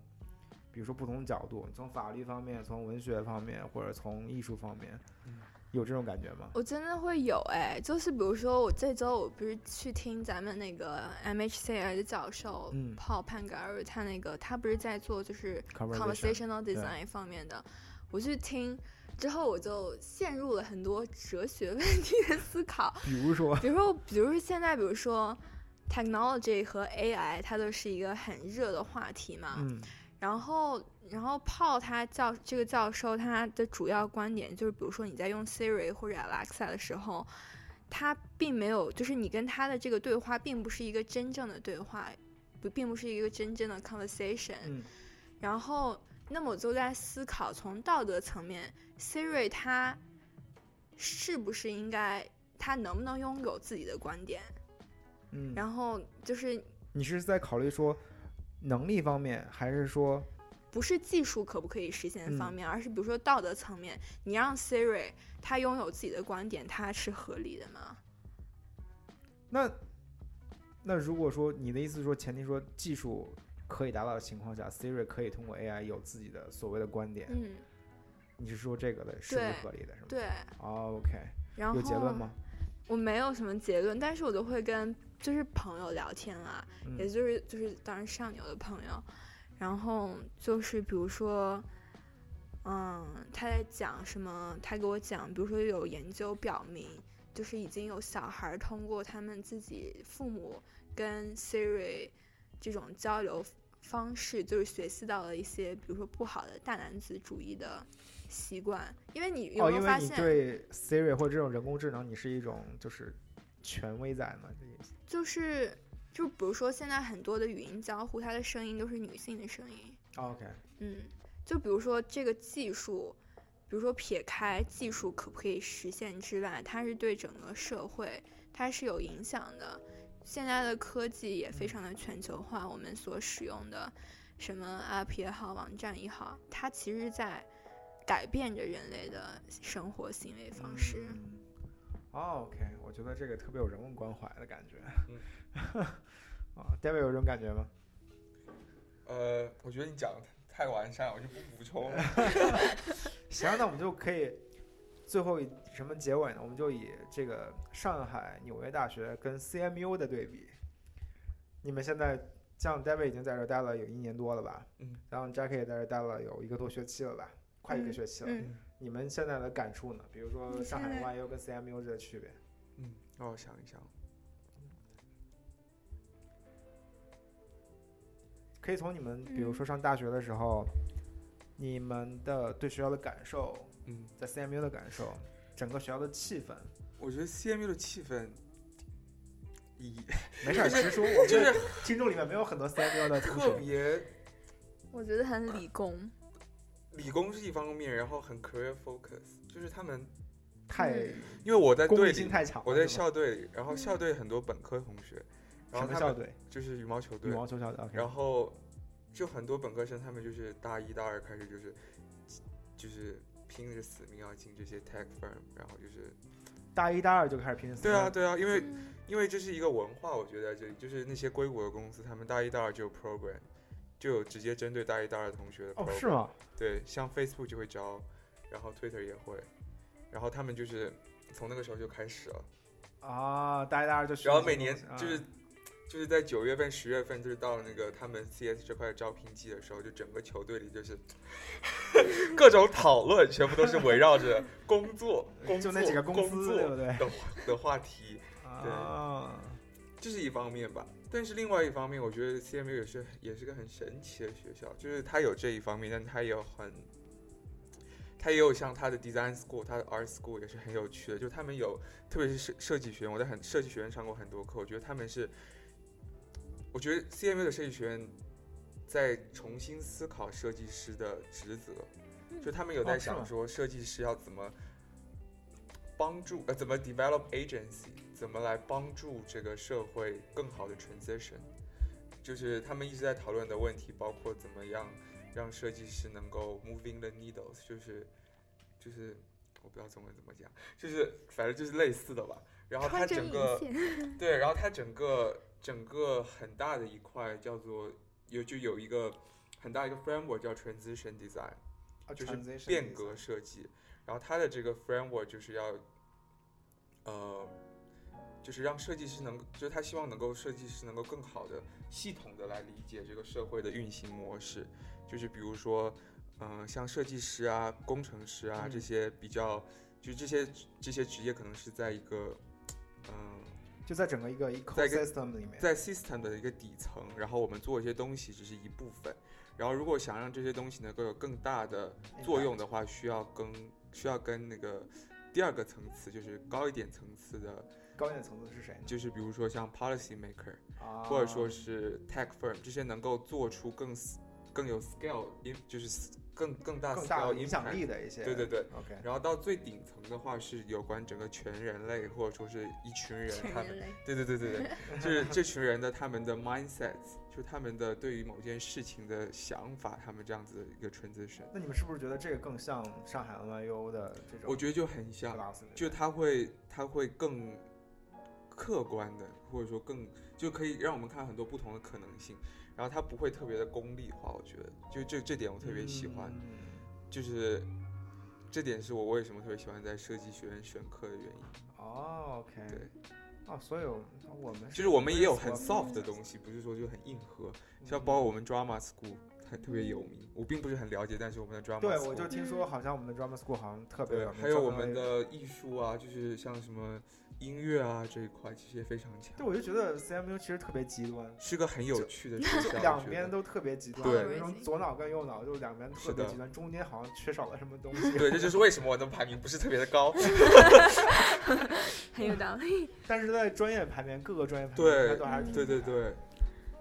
Speaker 1: 比如说不同角度，你从法律方面、从文学方面，或者从艺术方面，
Speaker 3: 嗯
Speaker 1: 有这种感觉吗？
Speaker 2: 我真的会有哎，就是比如说我这周我不是去听咱们那个 MHCI 的教授
Speaker 1: 嗯
Speaker 2: Paul p a n g a r 他那个他不是在做就是。
Speaker 1: Conversation
Speaker 2: conversational design 方面的，我去听之后，我就陷入了很多哲学问题的思考。
Speaker 1: 比如说，
Speaker 2: 比如说，比如说现在，比如说 technology 和 AI，它都是一个很热的话题嘛。
Speaker 1: 嗯
Speaker 2: 然后，然后 Paul 他教这个教授他的主要观点就是，比如说你在用 Siri 或者 Alexa 的时候，他并没有，就是你跟他的这个对话并不是一个真正的对话，不，并不是一个真正的 conversation。
Speaker 1: 嗯
Speaker 2: 然后，那么我就在思考，从道德层面，Siri 它是不是应该，它能不能拥有自己的观点？
Speaker 1: 嗯，
Speaker 2: 然后就是
Speaker 1: 你是在考虑说能力方面，还是说
Speaker 2: 不是技术可不可以实现的
Speaker 1: 嗯
Speaker 2: 方面，而是比如说道德层面，你让 Siri 它拥有自己的观点，它是合理的吗？
Speaker 1: 那那如果说你的意思是说，前提说技术可以达到的情况下，Siri 可以通过 AI 有自己的所谓的观点，
Speaker 2: 嗯，
Speaker 1: 你是说这个的是不是
Speaker 2: 对
Speaker 1: 合理的，是吗？
Speaker 2: 对。
Speaker 1: 哦，OK，
Speaker 2: 然后
Speaker 1: 有结论吗？
Speaker 2: 我没有什么结论，但是我都会跟就是朋友聊天啊啦，
Speaker 1: 嗯
Speaker 2: 也就是就是当然上游的朋友，然后就是比如说，嗯，他在讲什么？他给我讲，比如说有研究表明，就是已经有小孩儿通过他们自己父母跟 Siri 这种交流方式，就是学习到了一些，比如说不好的大男子主义的习惯。因为你有
Speaker 1: 哦，
Speaker 2: 没
Speaker 1: 因
Speaker 2: 有
Speaker 1: 为
Speaker 2: 发
Speaker 1: 你
Speaker 2: 现，
Speaker 1: 对 Siri 或者这种人工智能，你是一种就是权威仔嘛？这意思
Speaker 2: 就是就比如说现在很多的语音交互，它的声音都是女性的声音。
Speaker 1: 哦？OK，
Speaker 2: 嗯，就比如说这个技术，比如说撇开技术可不可以实现之外，它是对整个社会它是有影响的。现在的科技也非常的全球化，我们所使用的什么 app 也好，网站也好，它其实在改变着人类的生活行为方式。
Speaker 1: 嗯哦，OK，我觉得这个特别有人文关怀的感觉。
Speaker 3: 嗯
Speaker 1: 啊，David 有这种感觉吗？
Speaker 3: 呃，我觉得你讲的太完善了，我就不补充了。
Speaker 1: 行，那我们就可以最后以什么结尾呢？我们就以这个上海纽约大学跟 CMU 的对比。你们现在像 David 已经在这儿待了有一年多了吧？
Speaker 3: 嗯，
Speaker 1: 然后 Jackie 也在这儿待了有一个多学期了吧？快一个学期了。
Speaker 2: 嗯，
Speaker 1: 你们现在的感触呢？比如说
Speaker 2: 嗯
Speaker 1: 上海文
Speaker 2: 现在
Speaker 1: 化又跟 CMU 这个区别？
Speaker 3: 嗯，让我想一想。
Speaker 1: 可以从你们比如
Speaker 2: 嗯
Speaker 1: 说上大学的时候，你们的对学校的感受，
Speaker 3: 嗯，
Speaker 1: 在 CMU 的感受，整个学校的气氛，
Speaker 3: 我觉得 CMU 的气氛，以
Speaker 1: 没事儿，
Speaker 3: 就是
Speaker 1: 实说，我
Speaker 3: 就
Speaker 1: 们
Speaker 3: 是
Speaker 1: 听众里面没有很多 CMU 的同
Speaker 3: 特
Speaker 1: 学。
Speaker 3: 别
Speaker 2: 我觉得很理工。
Speaker 3: 理工是一方面，然后很 career focus，就是他们
Speaker 1: 太
Speaker 2: 嗯
Speaker 3: 因为我在
Speaker 1: 功
Speaker 3: 队
Speaker 1: 利性
Speaker 3: 里，
Speaker 1: 太强了。
Speaker 3: 哎我在
Speaker 1: 是吗
Speaker 3: 校队里，然后校队很多本科同学，然
Speaker 1: 什
Speaker 3: 后
Speaker 1: 么
Speaker 3: 他
Speaker 1: 校
Speaker 3: 们
Speaker 1: 队？
Speaker 3: 就是羽毛球
Speaker 1: 羽
Speaker 3: 队，
Speaker 1: 毛球校队。OK
Speaker 3: 然后就很多本科生他们就是大一大二开始就是就是拼着死命要进这些 tech firm，然后就是
Speaker 1: 大一、大二就开始拼死。
Speaker 3: 对啊，对啊，因为
Speaker 2: 嗯
Speaker 3: 因为这是一个文化，我觉得在这里就是那些硅谷的公司，他们大一大二就有 program，就有直接针对大一大二同学的 program，、
Speaker 1: 哦，是吗？
Speaker 3: 对，像 Facebook 就会招，然后 Twitter 也会，然后他们就是从那个时候就开始了，
Speaker 1: 啊，大一、大二就学啊
Speaker 3: 然后
Speaker 1: 这
Speaker 3: 每
Speaker 1: 些
Speaker 3: 年
Speaker 1: 东西
Speaker 3: 就是、就是在九月份、十月份，就是到那个他们 CS 这块招聘季的时候，就整个球队里就是 各种讨论，全部都是围 绕着工作、工
Speaker 1: 啊、就
Speaker 3: 作、
Speaker 1: 那几个公
Speaker 3: 工
Speaker 1: 司，
Speaker 3: 作
Speaker 1: 对不对？
Speaker 3: 的的话题，
Speaker 1: 啊，
Speaker 3: 这是一方面吧。但是另外一方面，我觉得 CMU 也是也是个很神奇的学校，就是它有这一方面，但它也有很，它也有像它的 design school、它的 art school 也是很有趣的。就他们有，特别是设设计学院，我在很设计学院上过很多课，我觉得他们是，我觉得 CMU 的设计学院在重新思考设计师的职责，就他们有在
Speaker 1: 哦是吗
Speaker 3: 想说设计师要怎么帮助呃怎么 develop agency，怎么来帮助这个社会更好的 transition，就是他们一直在讨论的问题，包括怎么样让设计师能够 moving the needles，就是就是我不知道中文怎么讲，就是反正就是类似的吧。然后它
Speaker 2: 穿针引
Speaker 3: 整个
Speaker 2: 线。
Speaker 3: 对，然后它整个整个很大的一块叫做有就有一个很大一个 framework 叫 transition design。
Speaker 1: 啊
Speaker 3: 就是
Speaker 1: transition
Speaker 3: 变
Speaker 1: design
Speaker 3: 革设计，然后它的这个 framework 就是要，呃，就是让设计师能，就是他希望能够设计师能够更好的、系统的来理解这个社会的运行模式，就是比如说，嗯、像设计师啊、工程师啊、
Speaker 1: 嗯
Speaker 3: 这些比较，就这些这些职业可能是在一个，嗯、
Speaker 1: 就在整个一个 ecosystem 里面。
Speaker 3: 在 system 的一个底层，然后我们做一些东西只是一部分，然后如果想让这些东西能够有更大的作用的话，需要跟需要跟那个第二个层次，就是高一点层次的，
Speaker 1: 高点层次是谁呢？
Speaker 3: 就是比如说像 policy maker，
Speaker 1: 啊，
Speaker 3: 或者说是 tech firm 这些能够做出更 s- 更有 scale，因就是更更大
Speaker 1: 更大
Speaker 3: scale
Speaker 1: 的影响
Speaker 3: impact
Speaker 1: 力的一些。
Speaker 3: 对对对。
Speaker 1: OK，
Speaker 3: 然后到最顶层的话是有关整个全人类，或者说是一群人
Speaker 2: 全
Speaker 3: 他们
Speaker 2: 人类。
Speaker 3: 对对对对对，就是这群人的他们的 mindset，就是他们的对于某件事情的想法，他们这样子的一个 transition，
Speaker 1: 那你们是不是觉得这个更像上海 NYU 的这种？
Speaker 3: 我觉得就很像，
Speaker 1: 得
Speaker 3: 就他会他会更客观的，或者说更就可以让我们看很多不同的可能性，然后他不嗯会特别的功利化，我觉得就这这点我特别喜欢，
Speaker 1: 嗯
Speaker 3: 就是这点是我为什么特别喜欢在设计学院选课的原因。
Speaker 1: 哦，OK，
Speaker 3: 对，
Speaker 1: 哦，所以我我们
Speaker 3: 就是我们也有很
Speaker 1: Where's
Speaker 3: soft 的东西，不是说就很硬核。
Speaker 1: 嗯
Speaker 3: 像包括我们 drama school 很特别有名，我并不是很了解，但是我们的 drama
Speaker 1: 嗯对，
Speaker 3: school
Speaker 1: 我就听说好像我们的 drama school 好像特别
Speaker 3: 对
Speaker 1: 有，名，
Speaker 3: 还有
Speaker 1: 相
Speaker 3: 我
Speaker 1: 当
Speaker 3: 们
Speaker 1: 于
Speaker 3: 的艺术啊，就是像什么音乐啊这一块，其实也非常强
Speaker 1: 对，，我就觉得 CMU 其实特别极端，
Speaker 3: 是个很有趣的学校。
Speaker 1: 两
Speaker 3: 我觉
Speaker 1: 边
Speaker 3: 得
Speaker 1: 都特别极端，
Speaker 3: 啊对
Speaker 1: 有一种左脑跟右脑就是两边特
Speaker 3: 是
Speaker 1: 别
Speaker 3: 的
Speaker 1: 极端，中间好像缺少了什么东西。
Speaker 3: 对，这就是为什么我的排名不是特别的高。
Speaker 4: 很有道理。
Speaker 1: 但是在专业排名，各个专业排名
Speaker 3: 对
Speaker 1: 应该都还是挺
Speaker 3: 对对
Speaker 1: 厉害的
Speaker 3: 对，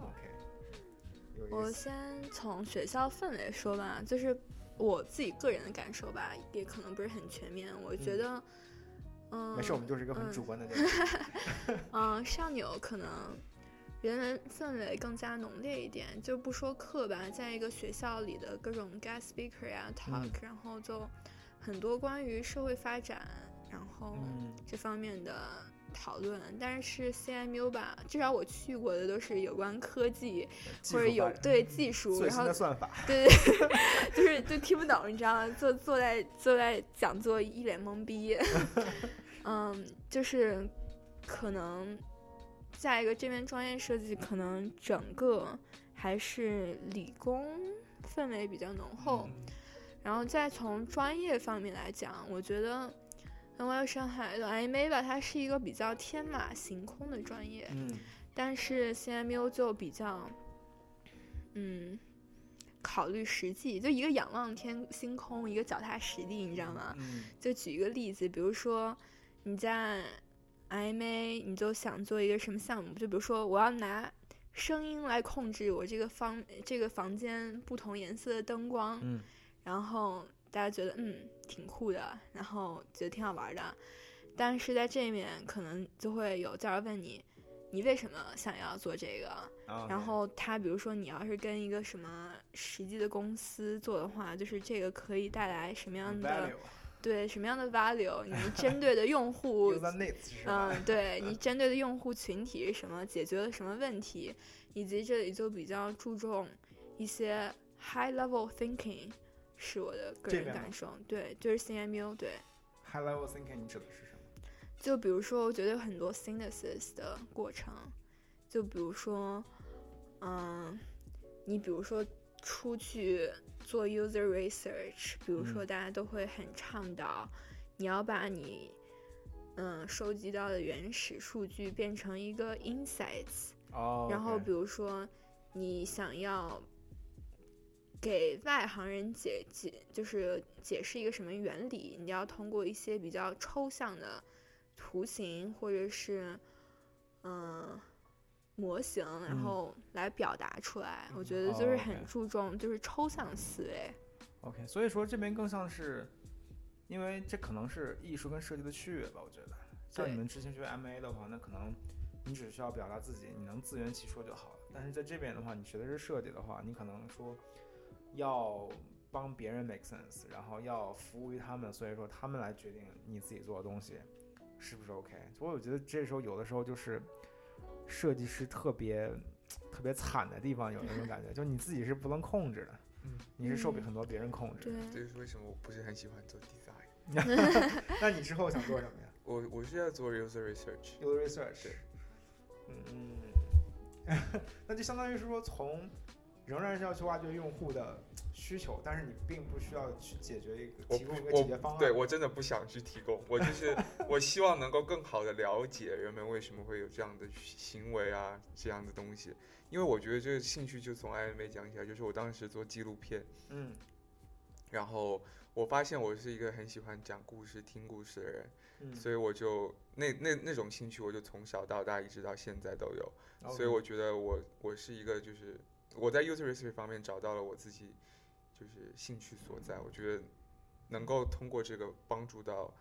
Speaker 1: ，OK，有
Speaker 2: 我
Speaker 1: 意思。
Speaker 2: 先从学校氛围说吧，就是我自己个人的感受吧，也可能不是很全面。我觉得，嗯，
Speaker 1: 没事，我们就是一个很
Speaker 2: 嗯
Speaker 1: 主观的人。
Speaker 2: 嗯，上纽可能人文氛围更加浓烈一点，就不说课吧，在一个学校里的各种 guest speaker 呀、talk，、然
Speaker 1: 嗯
Speaker 2: 后就很多关于社会发展，然后
Speaker 1: 嗯
Speaker 2: 这方面的讨论。但是 CMU 吧，至少我去过的都是有关科技
Speaker 1: 技
Speaker 2: 或者
Speaker 1: 术
Speaker 2: 有
Speaker 1: 发展
Speaker 2: 对技术，
Speaker 1: 最
Speaker 2: 然
Speaker 1: 新
Speaker 2: 后
Speaker 1: 的算法，
Speaker 2: 对，就是就听不懂，你知道吗？坐坐在坐在讲座一脸懵逼， 嗯，就是可能下一个这边专业设计，可能整个还是理工氛围比较浓厚，然后再从专业方面来讲，我觉得。n y 上海的 IMA 吧，它是一个比较天马行空的专业，
Speaker 1: 嗯，
Speaker 2: 但是 CMU 就比较，嗯，考虑实际，就一个仰望天星空，一个脚踏实地，你知道吗？
Speaker 1: 嗯，
Speaker 2: 就举一个例子，比如说你在 IMA，你就想做一个什么项目，就比如说我要拿声音来控制我这个房这个房间不同颜色的灯光，
Speaker 1: 嗯
Speaker 2: 然后大家觉得嗯挺酷的，然后觉得挺好玩的，但是在这面可能就会有教授问你，你为什么想要做这个？
Speaker 1: 啊
Speaker 2: 然后他比如说你要是跟一个什么实际的公司做的话，就是这个可以带来什么样的
Speaker 1: value
Speaker 2: 对什么样的 value，你针对的用户
Speaker 1: user needs 是吧？
Speaker 2: 嗯，对你针对的用户群体是什么，解决了什么问题，以及这里就比较注重一些 high level thinking，是我的个
Speaker 1: 这
Speaker 2: 人
Speaker 1: 边吗
Speaker 2: 感受。对，就是 CMU，对，
Speaker 1: High level thinking 你指的是什么？
Speaker 2: 就比如说，我觉得有很多 synthesis 的过程，就比如说，嗯，你比如说出去做 user research，比如说
Speaker 1: 嗯
Speaker 2: 大家都会很倡导，你要把你嗯收集到的原始数据变成一个 insights，
Speaker 1: 哦，
Speaker 2: 然后
Speaker 1: OK
Speaker 2: 比如说你想要给外行人解解就是解释一个什么原理，你要通过一些比较抽象的图形或者是嗯、呃模型，然
Speaker 1: 嗯
Speaker 2: 后来表达出来。我觉得就是
Speaker 1: 哦
Speaker 2: 很
Speaker 1: ，OK
Speaker 2: 注重就是抽象思维。
Speaker 1: OK，所以说这边更像是，因为这可能是艺术跟设计的区别吧，我觉得。像
Speaker 2: 对
Speaker 1: 你们之前学 MA 的话，那可能你只需要表达自己，你能自圆其说就好了。但是在这边的话，你学的是设计的话，你可能说要帮别人 make sense，然后要服务于他们，所以说他们来决定你自己做的东西是不是 OK。所以我觉得这时候有的时候就是设计师特别特别惨的地方，有那种感觉，就是你自己是不能控制的。
Speaker 3: 嗯
Speaker 1: 你是受
Speaker 2: 嗯
Speaker 1: 很多别人控制的
Speaker 2: 对，，
Speaker 3: 这就是为什么我不是很喜欢做 design。
Speaker 1: 那你之后想做什么呀
Speaker 3: 我我是要做 user research，
Speaker 1: ？Do research
Speaker 3: 对。
Speaker 1: 嗯， 那就相当于是说，从仍然是要去挖掘用户的需求，但是你并不需要去解决一个
Speaker 3: 我
Speaker 1: 提供一个
Speaker 3: 我
Speaker 1: 解决方案。
Speaker 3: 对我真的不想去提供，我就是我希望能够更好的了解人们为什么会有这样的行为啊，这样的东西。因为我觉得这个兴趣就从 IMA 讲起来，就是我当时做纪录片，
Speaker 1: 嗯
Speaker 3: 然后我发现我是一个很喜欢讲故事、听故事的人，
Speaker 1: 嗯，
Speaker 3: 所以我就那那那种兴趣，我就从小到大一直到现在都有。所
Speaker 1: OK
Speaker 3: 以我觉得我我是一个就是我在 user research 方面找到了我自己就是兴趣所在，我觉得能够通过这个帮助到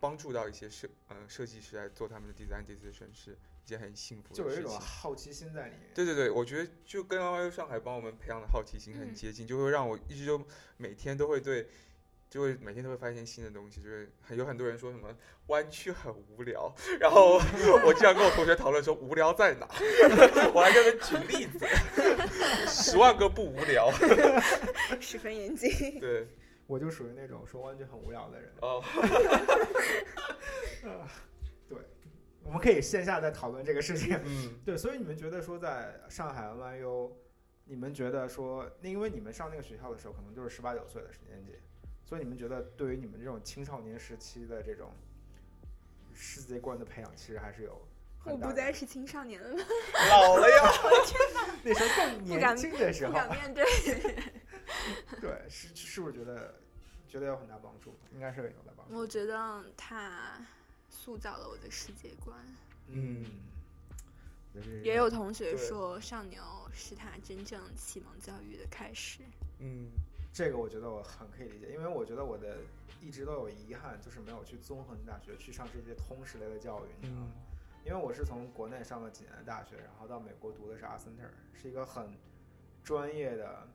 Speaker 3: 帮助到一些设嗯、设计师来做他们的 design decision 是一件很幸福
Speaker 1: 就
Speaker 3: 的
Speaker 1: 有一
Speaker 3: 事
Speaker 1: 种
Speaker 3: 情。
Speaker 1: 好奇心在里面。
Speaker 3: 对对对，我觉得就跟 YU 上海帮我们培养的好奇心很
Speaker 2: 嗯
Speaker 3: 接近，就会让我一直都每天都会对，就会每天都会发现新的东西，就是很有很多人说什么湾区很无聊，然后我经常跟我同学讨论说无聊在哪， 我还跟他们举例子，十万个不无聊，
Speaker 2: 十分严谨。
Speaker 3: 对，
Speaker 1: 我就属于那种说弯曲很无聊的人。
Speaker 3: 哦，
Speaker 1: 我们可以线下再讨论这个事情。
Speaker 3: 嗯，
Speaker 1: 对，所以你们觉得说在上海 NYU，你们觉得说，那因为你们上那个学校的时候，可能就是十八九岁的年纪，所以你们觉得对于你们这种青少年时期的这种世界观的培养，其实还是有
Speaker 2: 我
Speaker 1: 很大的。
Speaker 2: 不再是青少年了，
Speaker 3: 老了呀，
Speaker 1: 那时候更
Speaker 2: 不
Speaker 1: 年
Speaker 2: 敢
Speaker 1: 轻的时
Speaker 2: 不
Speaker 1: 候，
Speaker 2: 敢面对。
Speaker 1: 对，是是不是觉得觉得有很大帮助？应该是有的帮助。
Speaker 2: 我觉得他塑造了我的世界观。
Speaker 1: 嗯
Speaker 3: 嗯，
Speaker 1: 就是
Speaker 2: 也有同学
Speaker 3: 对
Speaker 2: 说，上牛是他真正启蒙教育的开始。
Speaker 3: 嗯
Speaker 1: 这个我觉得我很可以理解，因为我觉得我的一直都有遗憾，就是没有去综合性大学去上这些通识类的教育，你知道吗
Speaker 3: 嗯？
Speaker 1: 因为我是从国内上了几年的大学，然后到美国读的是阿森特，是一个很专业的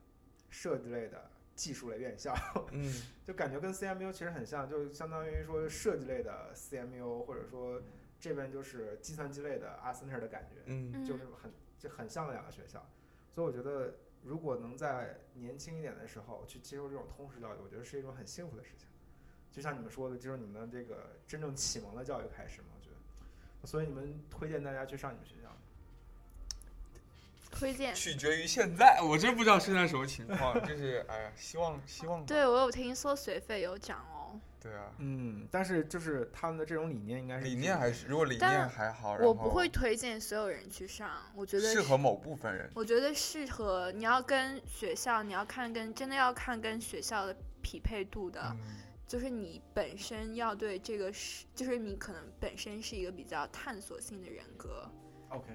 Speaker 1: 设计类的技术类院校，
Speaker 3: 嗯
Speaker 1: 就感觉跟 CMU 其实很像，就相当于说设计类的 CMU，或者说这边就是计算机类的阿森特的感觉。
Speaker 3: 嗯
Speaker 2: 嗯，
Speaker 1: 就是很就很像的两个学校，所以我觉得如果能在年轻一点的时候去接受这种通识教育，我觉得是一种很幸福的事情。就像你们说的，就是你们这个真正启蒙的教育开始嘛，我觉得。所以你们推荐大家去上你们学校吗？
Speaker 2: 推荐。
Speaker 3: 取决于现在，我真不知道现在什么情况，就是哎呀，希望希望吧
Speaker 2: 对我有听说学费有涨哦，
Speaker 3: 对啊，
Speaker 1: 嗯，但是就是他们的这种理念应该是
Speaker 3: 理念还是如果理念
Speaker 2: 但
Speaker 3: 还好，然
Speaker 2: 我不
Speaker 3: 后
Speaker 2: 会推荐所有人去上，我觉得
Speaker 3: 适合某部分人，
Speaker 2: 我觉得适合你要跟学校，你要看跟真的要看跟学校的匹配度的，
Speaker 3: 嗯
Speaker 2: 就是你本身要对这个是，就是你可能本身是一个比较探索性的人格，
Speaker 1: OK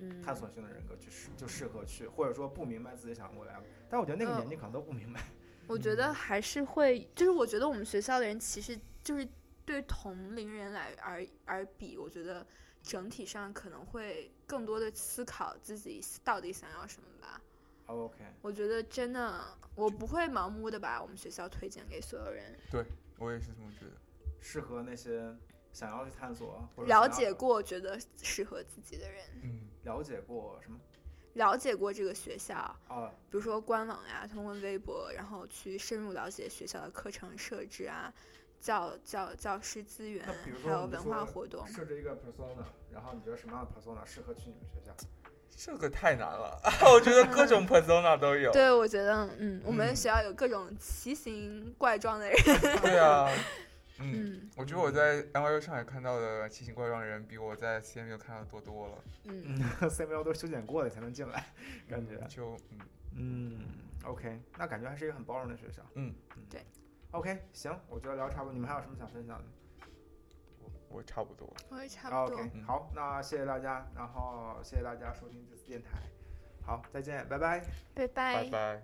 Speaker 2: 嗯，
Speaker 1: 探索性的人格去适就适合去，或者说不明白自己想未来，但我觉得那个
Speaker 2: 呃
Speaker 1: 年纪可能都不明白。
Speaker 2: 我
Speaker 1: 嗯
Speaker 2: 觉得还是会，就是我觉得我们学校的人其实就是对同龄人来而而比，我觉得整体上可能会更多的思考自己到底想要什么吧。
Speaker 1: 哦 OK，
Speaker 2: 我觉得真的，我不会盲目的把我们学校推荐给所有人。
Speaker 3: 我也是这么觉得。
Speaker 1: 适合那些想要去探索或者
Speaker 2: 了
Speaker 1: 想要
Speaker 2: 解过觉得适合自己的人，
Speaker 3: 嗯
Speaker 1: 了解过什么
Speaker 2: 了解过这个学校，
Speaker 1: 啊？
Speaker 2: 比如说官网呀，通过微博，然后去深入了解学校的课程设置啊。教教教师资源
Speaker 1: 那比如，
Speaker 2: 还
Speaker 1: 说
Speaker 2: 有
Speaker 1: 我们
Speaker 2: 文化
Speaker 1: 说
Speaker 2: 活动，
Speaker 1: 设置一个 persona，然后你觉得什么样的 persona 适合去你们学校？
Speaker 3: 这个太难了， 我觉得各种 persona 都有。
Speaker 2: 对，我觉得，嗯，我们
Speaker 3: 嗯
Speaker 2: 学校有各种奇形怪状的人，
Speaker 3: 对啊，嗯，
Speaker 2: 嗯
Speaker 3: 我觉得我在 NYU 上海看到的奇形怪状的人，比我在 CMU 看到的多多了。
Speaker 2: 嗯，
Speaker 1: 嗯，CML 都是修剪过的才能进来，感觉。
Speaker 3: 就嗯，
Speaker 1: 嗯，OK，那感觉还是一个很包容的学校。
Speaker 3: 嗯
Speaker 2: 对。
Speaker 1: OK，行，我觉得聊差不多，你们还有什么想分享的？
Speaker 3: 我我差不多。
Speaker 2: 我也差不多。
Speaker 1: OK，
Speaker 3: 嗯
Speaker 1: 好，那谢谢大家，然后谢谢大家收听这次电台，好，再见，拜拜。
Speaker 2: 拜
Speaker 3: 拜拜。